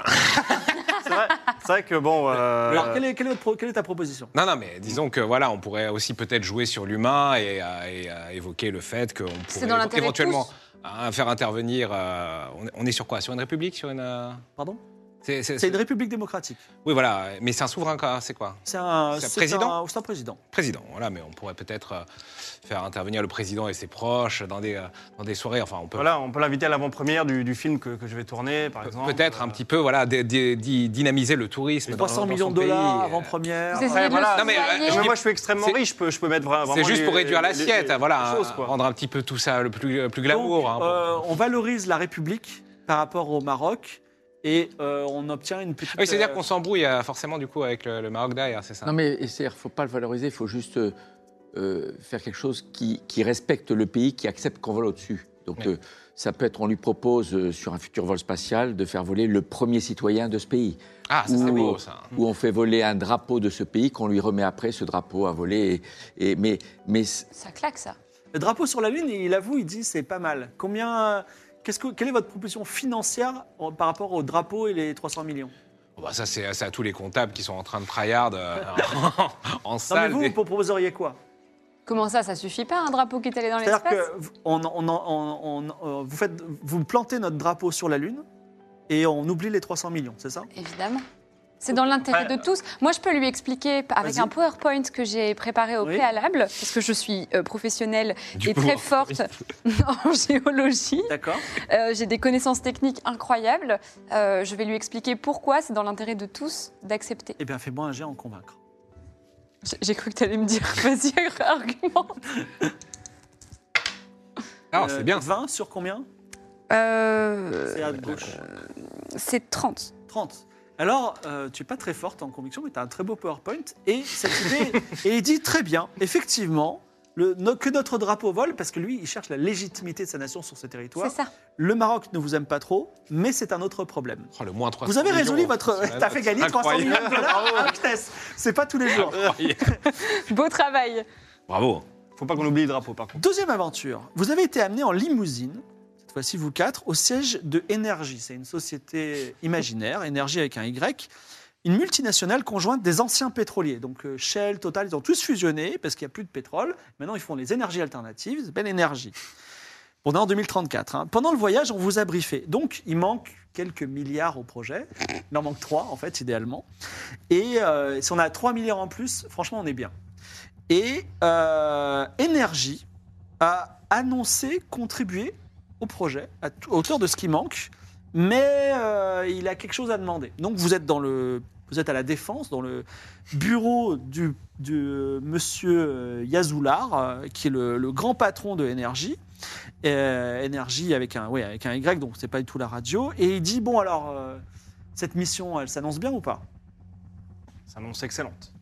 S7: C'est vrai, c'est vrai que bon. euh,
S1: Alors, quelle est, quelle est votre pro- quelle est ta proposition
S3: Non, non, mais disons que voilà, on pourrait aussi peut-être jouer sur l'humain et, euh, et, euh, évoquer le fait qu'on
S4: C'est
S3: pourrait
S4: dans l'intérêt de
S3: éventuellement
S4: tous.
S3: hein, faire intervenir. euh, on, est- on est sur quoi Sur une république Sur une. euh,
S1: Pardon
S3: c'est- c'est-
S1: C'est une
S3: c'est-
S1: république démocratique.
S3: Oui, voilà, mais c'est un souverain, quoi, c'est quoi
S1: C'est un,
S3: C'est un
S1: c'est
S3: président
S1: un- C'est un président.
S3: Président, voilà, mais on pourrait peut-être euh, faire intervenir le président et ses proches dans des, euh, dans des soirées. Enfin, on peut
S7: Voilà, on peut l'inviter à l'avant-première du, du film que, que je vais tourner, par
S3: Pe-
S7: exemple.
S3: Peut-être
S7: Euh,
S3: un petit peu, voilà, dé- dé- di- dynamiser le tourisme. dans-
S1: 300
S3: dans son
S1: millions de
S3: pays. euh,
S1: dollars avant-première.
S4: Vous essayez
S7: ouais,
S4: de
S7: voilà.
S4: le
S3: Non, mais, euh,
S4: soigner.
S7: Mais
S3: je dis-
S7: moi, je suis extrêmement
S3: c'est-
S7: riche, je peux, je peux mettre vra- vraiment.
S3: C'est juste
S7: les-
S3: pour réduire
S7: les- les-
S3: l'assiette,
S7: les
S3: voilà, hein,
S7: choses, quoi.
S3: rendre un petit peu tout ça le plus, le plus
S1: Donc,
S3: glamour. hein, pour-
S1: euh, on valorise la république par rapport au Maroc et euh, on obtient une petite.
S3: Oui, c'est-à-dire
S1: euh,
S3: qu'on s'embrouille euh, forcément du coup avec le, le Maroc derrière, c'est ça
S2: Non, mais il ne faut pas le valoriser, il faut juste euh, euh, faire quelque chose qui, qui respecte le pays, qui accepte qu'on vole au-dessus. Donc,
S3: Ouais.
S2: euh, ça peut être, on lui propose euh, sur un futur vol spatial de faire voler le premier citoyen de ce pays,
S3: Ah, ça c'est
S2: Ouh.
S3: beau ça.
S2: où on fait voler un drapeau de ce pays, qu'on lui remet après ce drapeau à voler. Et, et- mais mais c-
S4: Ça claque, ça.
S1: Le drapeau sur la Lune, il avoue, il dit c'est pas mal. Combien. euh, Qu'est-ce que, quelle est votre proposition financière en- par rapport au drapeau et les 300 millions
S3: Bon, bah, ça c'est c'est à tous les comptables qui sont en train de tryhard euh, en, en
S1: Non, mais
S3: salle.
S1: vous,
S3: des-
S1: vous proposeriez quoi
S4: Comment ça, ça suffit pas un drapeau qui est allé dans
S1: C'est-à-dire
S4: l'espace
S1: que vous- on- on- on- on- euh, vous, faites, vous plantez notre drapeau sur la Lune et on oublie les 300 millions, c'est ça
S4: Évidemment. C'est dans l'intérêt
S7: Après,
S4: de tous. Moi, je peux lui expliquer p- avec
S1: vas-y.
S4: un PowerPoint que j'ai préparé au
S1: Oui.
S4: préalable, parce que je suis euh, professionnelle
S3: Du
S4: et
S3: coup,
S4: très
S3: on-
S4: forte en géologie.
S1: D'accord.
S4: Euh, j'ai des connaissances techniques incroyables. Euh, je vais lui expliquer pourquoi c'est dans l'intérêt de tous d'accepter.
S1: Eh bien, fais-moi un jet en convaincre.
S4: J- J'ai cru que tu allais me dire, vas-y, argument.
S3: Ah,
S1: Euh,
S3: c'est bien.
S1: 20 sur combien
S4: Euh,
S1: C'est à gauche.
S4: c'est 30.
S1: 30. Alors, euh, tu es pas très forte en conviction, mais tu as un très beau PowerPoint. Et cette idée, et il dit très bien, effectivement, le, no- que notre drapeau vole, parce que lui, il cherche la légitimité de sa nation sur ses
S4: C'est
S1: territoires.
S4: ça.
S1: Le Maroc ne vous aime pas trop, mais c'est un autre problème.
S3: Oh, le moins 300
S1: Vous avez résolu
S3: millions,
S1: votre.
S3: c'est la
S1: T'as fait
S3: note.
S1: gagner 300 millions
S3: Incroyable.
S1: de dollars à Kness. C'est pas tous les jours.
S4: Beau travail.
S3: Bravo.
S7: Faut pas qu'on oublie le drapeau, par contre.
S1: Deuxième aventure. Vous avez été amené en limousine, cette fois-ci vous quatre, au siège de Énergie. C'est une société imaginaire, Énergie avec un Y, une multinationale conjointe des anciens pétroliers. Donc euh, Shell, Total, ils ont tous fusionné parce qu'il n'y a plus de pétrole. Maintenant, ils font les énergies alternatives, c'est belle énergie. On est en 2034. hein. Pendant le voyage, on vous a briefé. Donc, il manque quelques milliards au projet. Il en manque 3, en fait, idéalement. Et euh, si on a 3 milliards en plus, franchement, on est bien. Et euh, Energy a annoncé contribuer au projet à, tout- à hauteur de ce qui manque, mais euh, il a quelque chose à demander. Donc vous êtes dans le, vous êtes à la défense, dans le bureau du, du, euh, monsieur euh, Yazoular, euh, qui est le, le grand patron de Energy. Euh, Energy avec un, ouais, avec un Y, donc c'est pas du tout la radio. Et il dit bon alors, euh, cette mission, elle s'annonce bien ou pas
S5: Ça annonce excellente.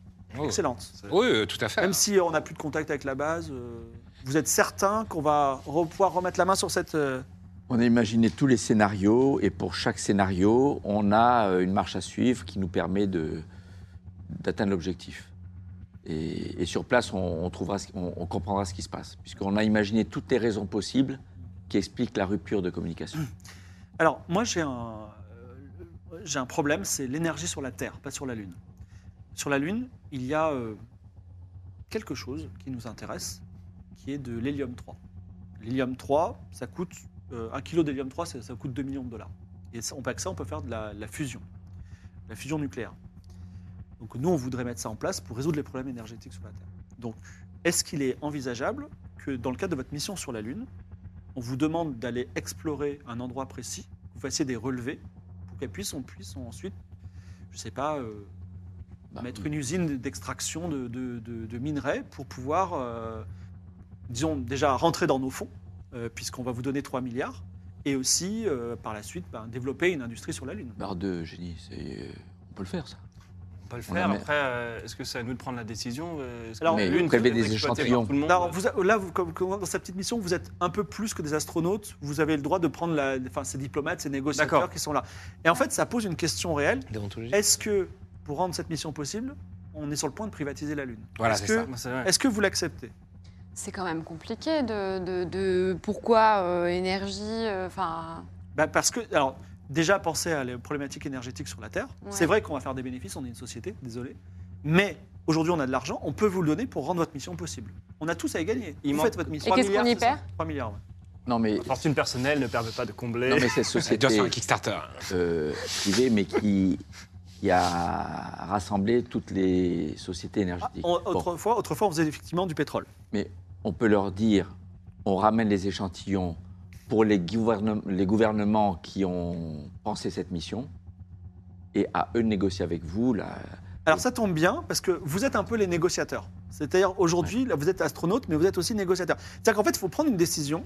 S1: Excellente.
S3: Oui, euh, tout à fait.
S1: Même si on n'a plus de contact avec la base, euh, vous êtes certain qu'on va re- pouvoir remettre la main sur cette. euh,
S2: On a imaginé tous les scénarios et pour chaque scénario, on a euh, une marche à suivre qui nous permet de- d'atteindre l'objectif. Et, et sur place, on, on trouvera ce- on- on comprendra ce qui se passe, puisqu'on a imaginé toutes les raisons possibles qui expliquent la rupture de communication.
S1: Alors, moi, j'ai un, euh, j'ai un problème, c'est l'énergie sur la Terre, pas sur la Lune. Sur la Lune, il y a euh, quelque chose qui nous intéresse, qui est de l'hélium 3. L'hélium 3, ça coûte. euh, un kilo d'hélium 3, ça, ça coûte 2 millions de dollars. Et ça, on peut, avec ça, on peut faire de la, la fusion, la fusion nucléaire. Donc, nous, on voudrait mettre ça en place pour résoudre les problèmes énergétiques sur la Terre. Donc, est-ce qu'il est envisageable que, dans le cadre de votre mission sur la Lune, on vous demande d'aller explorer un endroit précis, que vous fassiez des relevés, pour qu'elle puisse, on puisse ensuite, je ne sais pas, euh,
S2: Bah,
S1: mettre une usine d'extraction de, de- de- de minerais pour pouvoir, euh, disons, déjà rentrer dans nos fonds, euh, puisqu'on va vous donner 3 milliards, et aussi, euh, par la suite, ben, développer une industrie sur la Lune.
S2: Barre de génie, c'est, euh, on peut le faire, ça.
S5: On peut le
S2: On la
S5: faire.
S2: met-
S5: Après, euh, est-ce que c'est à nous de prendre la décision euh, est-ce que
S1: Alors,
S2: Mais
S5: l'une
S2: prélever
S5: peut
S2: des
S5: être exploitée par
S2: échantillons.
S5: tout le monde
S1: Alors, vous, a- là, vous- comme- comme dans cette petite mission, vous êtes un peu plus que des astronautes. Vous avez le droit de prendre la, enfin, ces diplomates, ces négociateurs
S5: D'accord.
S1: qui sont là. Et en fait, ça pose une question réelle.
S3: Déontologie.
S1: Est-ce que, pour rendre cette mission possible, on est sur le point de privatiser la Lune
S3: Voilà,
S1: Est-ce
S3: c'est
S1: que,
S3: ça.
S5: Bah, c'est vrai.
S1: est-ce que vous l'acceptez
S4: C'est quand même compliqué de, de, de- pourquoi euh, énergie. euh, Enfin,
S1: Bah, Parce que, alors, déjà, pensez à les problématiques énergétiques sur la Terre.
S4: Ouais.
S1: C'est vrai qu'on va faire des bénéfices, on est une société, désolé. Mais aujourd'hui, on a de l'argent, on peut vous le donner pour rendre votre mission possible. On a tous à y gagner.
S5: Il
S1: vous
S5: manque-
S1: faites votre
S4: et
S1: mission.
S4: qu'est-ce qu'on y
S1: C'est ça
S4: perd
S1: 3 milliards, ouais.
S2: Non, mais,
S5: La fortune personnelle ne permet pas de combler.
S2: non, mais cette
S3: C'est
S2: société
S3: doit sur un Kickstarter.
S2: euh, privée, mais qui, qui a rassemblé toutes les sociétés
S1: Ah,
S2: énergétiques.
S1: on-
S2: Bon.
S1: autrefois, autrefois, on faisait effectivement du pétrole.
S2: on peut leur dire, on ramène les échantillons pour les, gouvernem- les gouvernements qui ont pensé cette mission, et à eux de négocier avec vous. Là,
S1: Alors ça tombe bien parce que vous êtes un peu les négociateurs. C'est-à-dire aujourd'hui, là, vous êtes astronaute, mais vous êtes aussi négociateur. C'est-à-dire qu'en fait, il faut prendre une décision.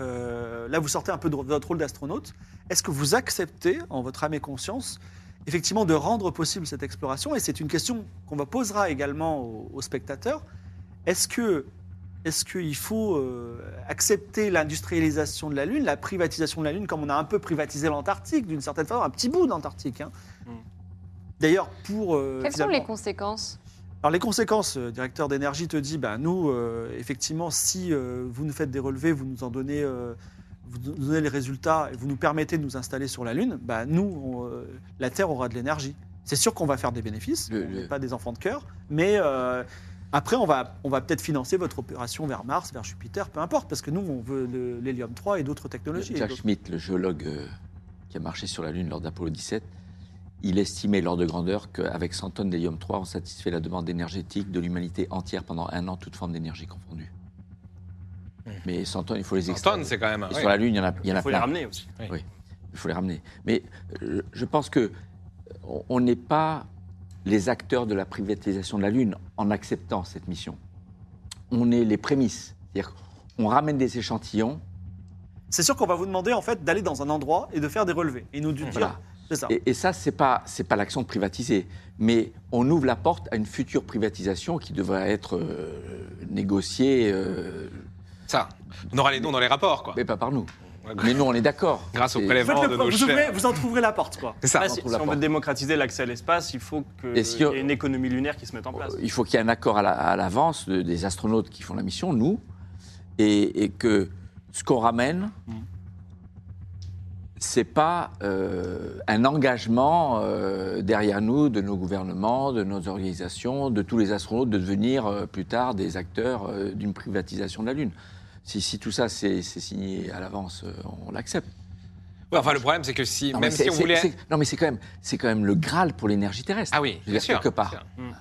S1: Euh, là, vous sortez un peu de votre rôle d'astronaute. Est-ce que vous acceptez, en votre âme et conscience, effectivement de rendre possible cette exploration Et c'est une question qu'on va posera également aux, aux spectateurs. Est-ce que est-ce qu'il faut euh, accepter l'industrialisation de la Lune, la privatisation de la Lune, comme on a un peu privatisé l'Antarctique, d'une certaine façon, un petit bout d'Antarctique hein.
S5: Mm.
S1: D'ailleurs, pour... euh,
S4: quelles sont
S1: finalement-
S4: les conséquences
S1: alors les conséquences, euh, directeur d'énergie te dit, bah, nous, euh, effectivement, si euh, vous nous faites des relevés, vous nous en donnez, euh, vous nous donnez les résultats et vous nous permettez de nous installer sur la Lune, bah, nous, on, euh, la Terre aura de l'énergie. C'est sûr qu'on va faire des bénéfices,
S2: Le-
S1: on
S2: le-
S1: n'est pas des enfants de cœur, mais euh, après, on va, on va peut-être financer votre opération vers Mars, vers Jupiter, peu importe, parce que nous, on veut de l'hélium 3 et d'autres technologies.
S2: Jack Schmidt, le géologue euh, qui a marché sur la Lune lors d'Apollo 17, il estimait lors de grandeur qu'avec 100 tonnes d'hélium 3, on satisfait la demande énergétique de l'humanité entière pendant un an, toute forme d'énergie confondue. Mais 100 tonnes, il faut les extraire.
S3: Kickstarter, c'est quand même.
S2: Et
S3: oui.
S2: sur la Lune, il y en a, il y en
S5: Il
S2: a
S5: faut les
S2: plein.
S5: ramener aussi.
S2: Il faut les ramener. Mais euh, je pense que euh, on- on n'est pas les acteurs de la privatisation de la Lune en acceptant cette mission. On est les prémices. C'est-à-dire qu'on ramène des échantillons.
S1: C'est sûr qu'on va vous demander, en fait, d'aller dans un endroit et de faire des relevés, et nous de dire,
S2: Voilà.
S1: c'est ça.
S2: Et, et ça, c'est pas c'est pas l'action de privatiser, mais on ouvre la porte à une future privatisation qui devrait être euh, négociée, euh,
S3: Ça, on aura les noms dans les rapports, quoi.
S2: mais pas par nous.
S3: Ouais,
S2: Mais nous, on est d'accord.
S3: Grâce au
S2: C'est-
S1: Faites-le
S3: prélèvement de
S1: pas,
S3: nos
S1: vous, ouvrez-
S3: chers.
S1: vous en trouverez la porte, quoi.
S3: C'est ça.
S5: Bah, si,
S2: trouve
S5: si
S2: la
S5: on
S2: porte.
S5: veut démocratiser l'accès à l'espace, il faut qu'il
S2: Et si
S5: y
S2: on- Oh,
S5: ait une économie lunaire qui se mette en place.
S2: Il faut qu'il y ait un accord à la- à l'avance de- des astronautes qui font la mission,
S3: Mm.
S2: nous, et, et que ce qu'on ramène, c'est pas euh, un engagement euh, derrière nous, de nos gouvernements, de nos organisations, de tous les astronautes, de devenir euh, plus tard des acteurs euh, d'une privatisation de la Lune. Si, si tout ça c'est c'est signé à l'avance, euh, on l'accepte.
S3: Ouais, enfin, le problème, c'est que si,
S2: Non, mais
S3: même
S2: c'est-
S3: si on
S2: c'est-
S3: voulait.
S2: c'est- Non, mais c'est quand même, c'est quand même le graal pour l'énergie terrestre.
S3: Ah oui,
S2: Je veux
S3: bien
S2: dire,
S3: sûr.
S2: quelque part.
S3: bien sûr.
S1: Hmm.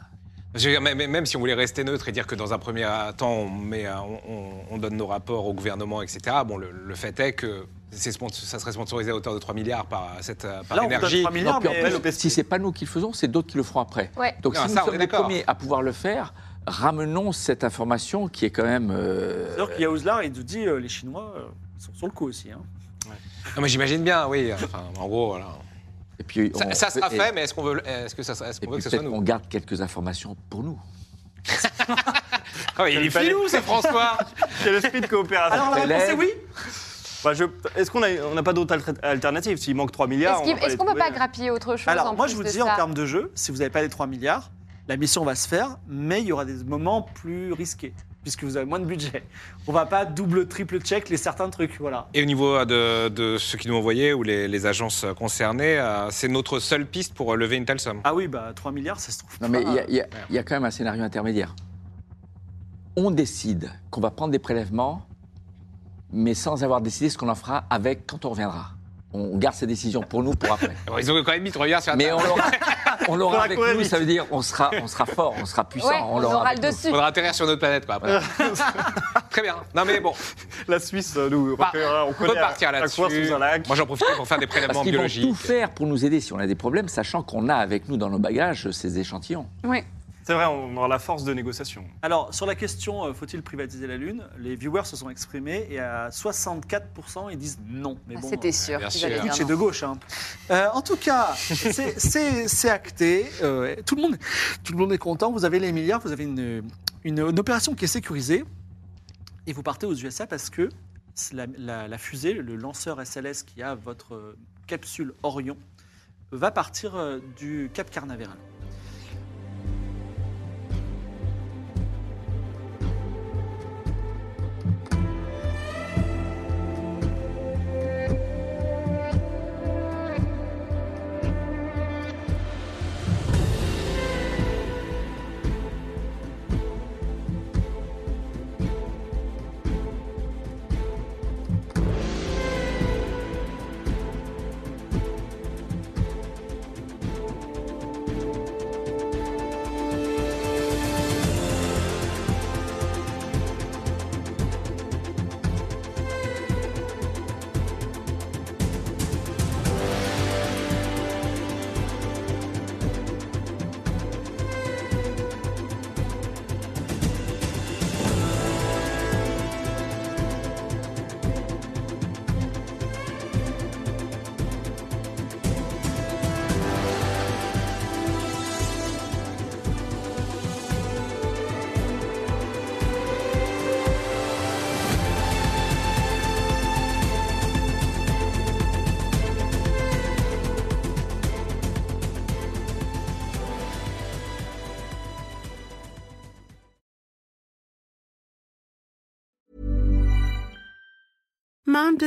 S3: Je veux dire, même, même si on voulait rester neutre et dire que dans un premier temps, on, met, euh, on- on- on donne nos rapports au gouvernement, etc., bon, le, le fait est que c'est spon- ça serait sponsorisé à hauteur de 3 milliards par, cette, euh, par
S1: Là, on donne
S3: énergie.
S1: 3 milliards,
S2: Non, puis en
S1: mais-
S2: plus, si c'est pas nous qui le faisons, c'est d'autres qui le feront après.
S4: Ouais.
S2: Donc
S3: Non,
S2: si nous
S3: ça, on est
S2: sommes les
S3: d'accord.
S2: premiers à pouvoir le faire, ramenons cette information qui est quand même. euh,
S1: Alors qu'il y a Ouzlar, il nous dit euh, les Chinois euh, sont sur le coup aussi. hein.
S3: Non, Ah, mais j'imagine bien, oui. Enfin, en gros, voilà.
S2: et puis
S3: Ça,
S2: on-
S3: ça sera
S2: et-
S3: fait, mais est-ce qu'on veut, est-ce que, ça, sera- est-ce
S2: Et
S3: qu'on veut
S2: puis
S3: que ce soit
S2: peut-être qu'on
S3: nous
S2: garde quelques informations pour nous.
S3: Ah, mais Il est
S5: fallait-
S3: filou, ce François
S5: Quel esprit de coopération
S1: Alors la réponse
S2: Bélève.
S1: est oui
S5: Bah, je- Est-ce qu'on a- on n'a pas d'autres alter- alternatives S'il manque 3 milliards,
S4: Est-ce
S5: on
S4: qu'il-
S5: va pas
S4: est-ce
S5: les
S4: qu'on peut
S5: trouver. hein.
S4: pas grappiller autre chose en
S1: Alors moi je
S4: plus
S1: vous
S4: de
S1: dis en
S4: ça
S1: termes de jeu, si vous n'avez pas les 3 milliards, la mission va se faire, mais il y aura des moments plus risqués, puisque vous avez moins de budget. On va pas double, triple check les certains trucs, voilà.
S3: Et au niveau euh, de, de ceux qui nous ont envoyés ou les, les agences euh, concernées, euh, c'est notre seule piste pour euh, lever une telle somme.
S1: Ah oui, bah 3 milliards, ça se trouve.
S2: Non, mais
S1: pas.
S2: il y a- il y, a- il y a quand même un scénario intermédiaire. On décide qu'on va prendre des prélèvements, mais sans avoir décidé ce qu'on en fera avec quand on reviendra. On garde ces décisions pour nous, pour après.
S3: Alors, ils ont quand même mis trois milliards sur la
S2: Mais
S3: table.
S2: on l'aura, on l'aura
S5: Faudra
S2: avec
S5: courir
S2: nous,
S5: vite.
S2: ça veut dire on sera, on sera fort, on sera puissant.
S4: Ouais, on, aura
S2: avec
S4: le
S2: nous.
S4: dessus.
S3: Faudra atterrir sur notre planète, quoi. après. Très bien. Non, mais bon,
S5: La Suisse, euh, nous,
S3: Bah,
S5: on,
S3: on peut partir là-dessus.
S5: coin sous un lac.
S3: Moi, j'en profite pour faire des
S2: Parce
S3: prélèvements
S2: qu'ils vont tout
S3: biologiques.
S2: faire pour nous aider si on a des problèmes, sachant qu'on a avec nous dans nos bagages ces échantillons.
S4: Oui.
S5: C'est vrai, on aura la force de négociation.
S1: Alors sur la question euh, faut-il privatiser la Lune, les viewers se sont exprimés et à 64% ils disent non. Mais
S4: Ah,
S1: bon,
S4: C'était
S1: euh,
S4: sûr.
S3: bien
S4: qu'ils
S3: sûr.
S4: allaient
S3: Écoute,
S4: dire
S1: C'est
S4: non.
S1: de gauche. hein. Euh, en tout cas, c'est- c'est c'est acté. euh, tout, le monde, tout le monde est content. Vous avez les milliards, vous avez une, une, une opération qui est sécurisée. Et vous partez aux USA parce que c'est la, la- la fusée, le lanceur SLS qui a votre euh, capsule Orion, va partir euh, du Cap Carnaveral.
S9: Mom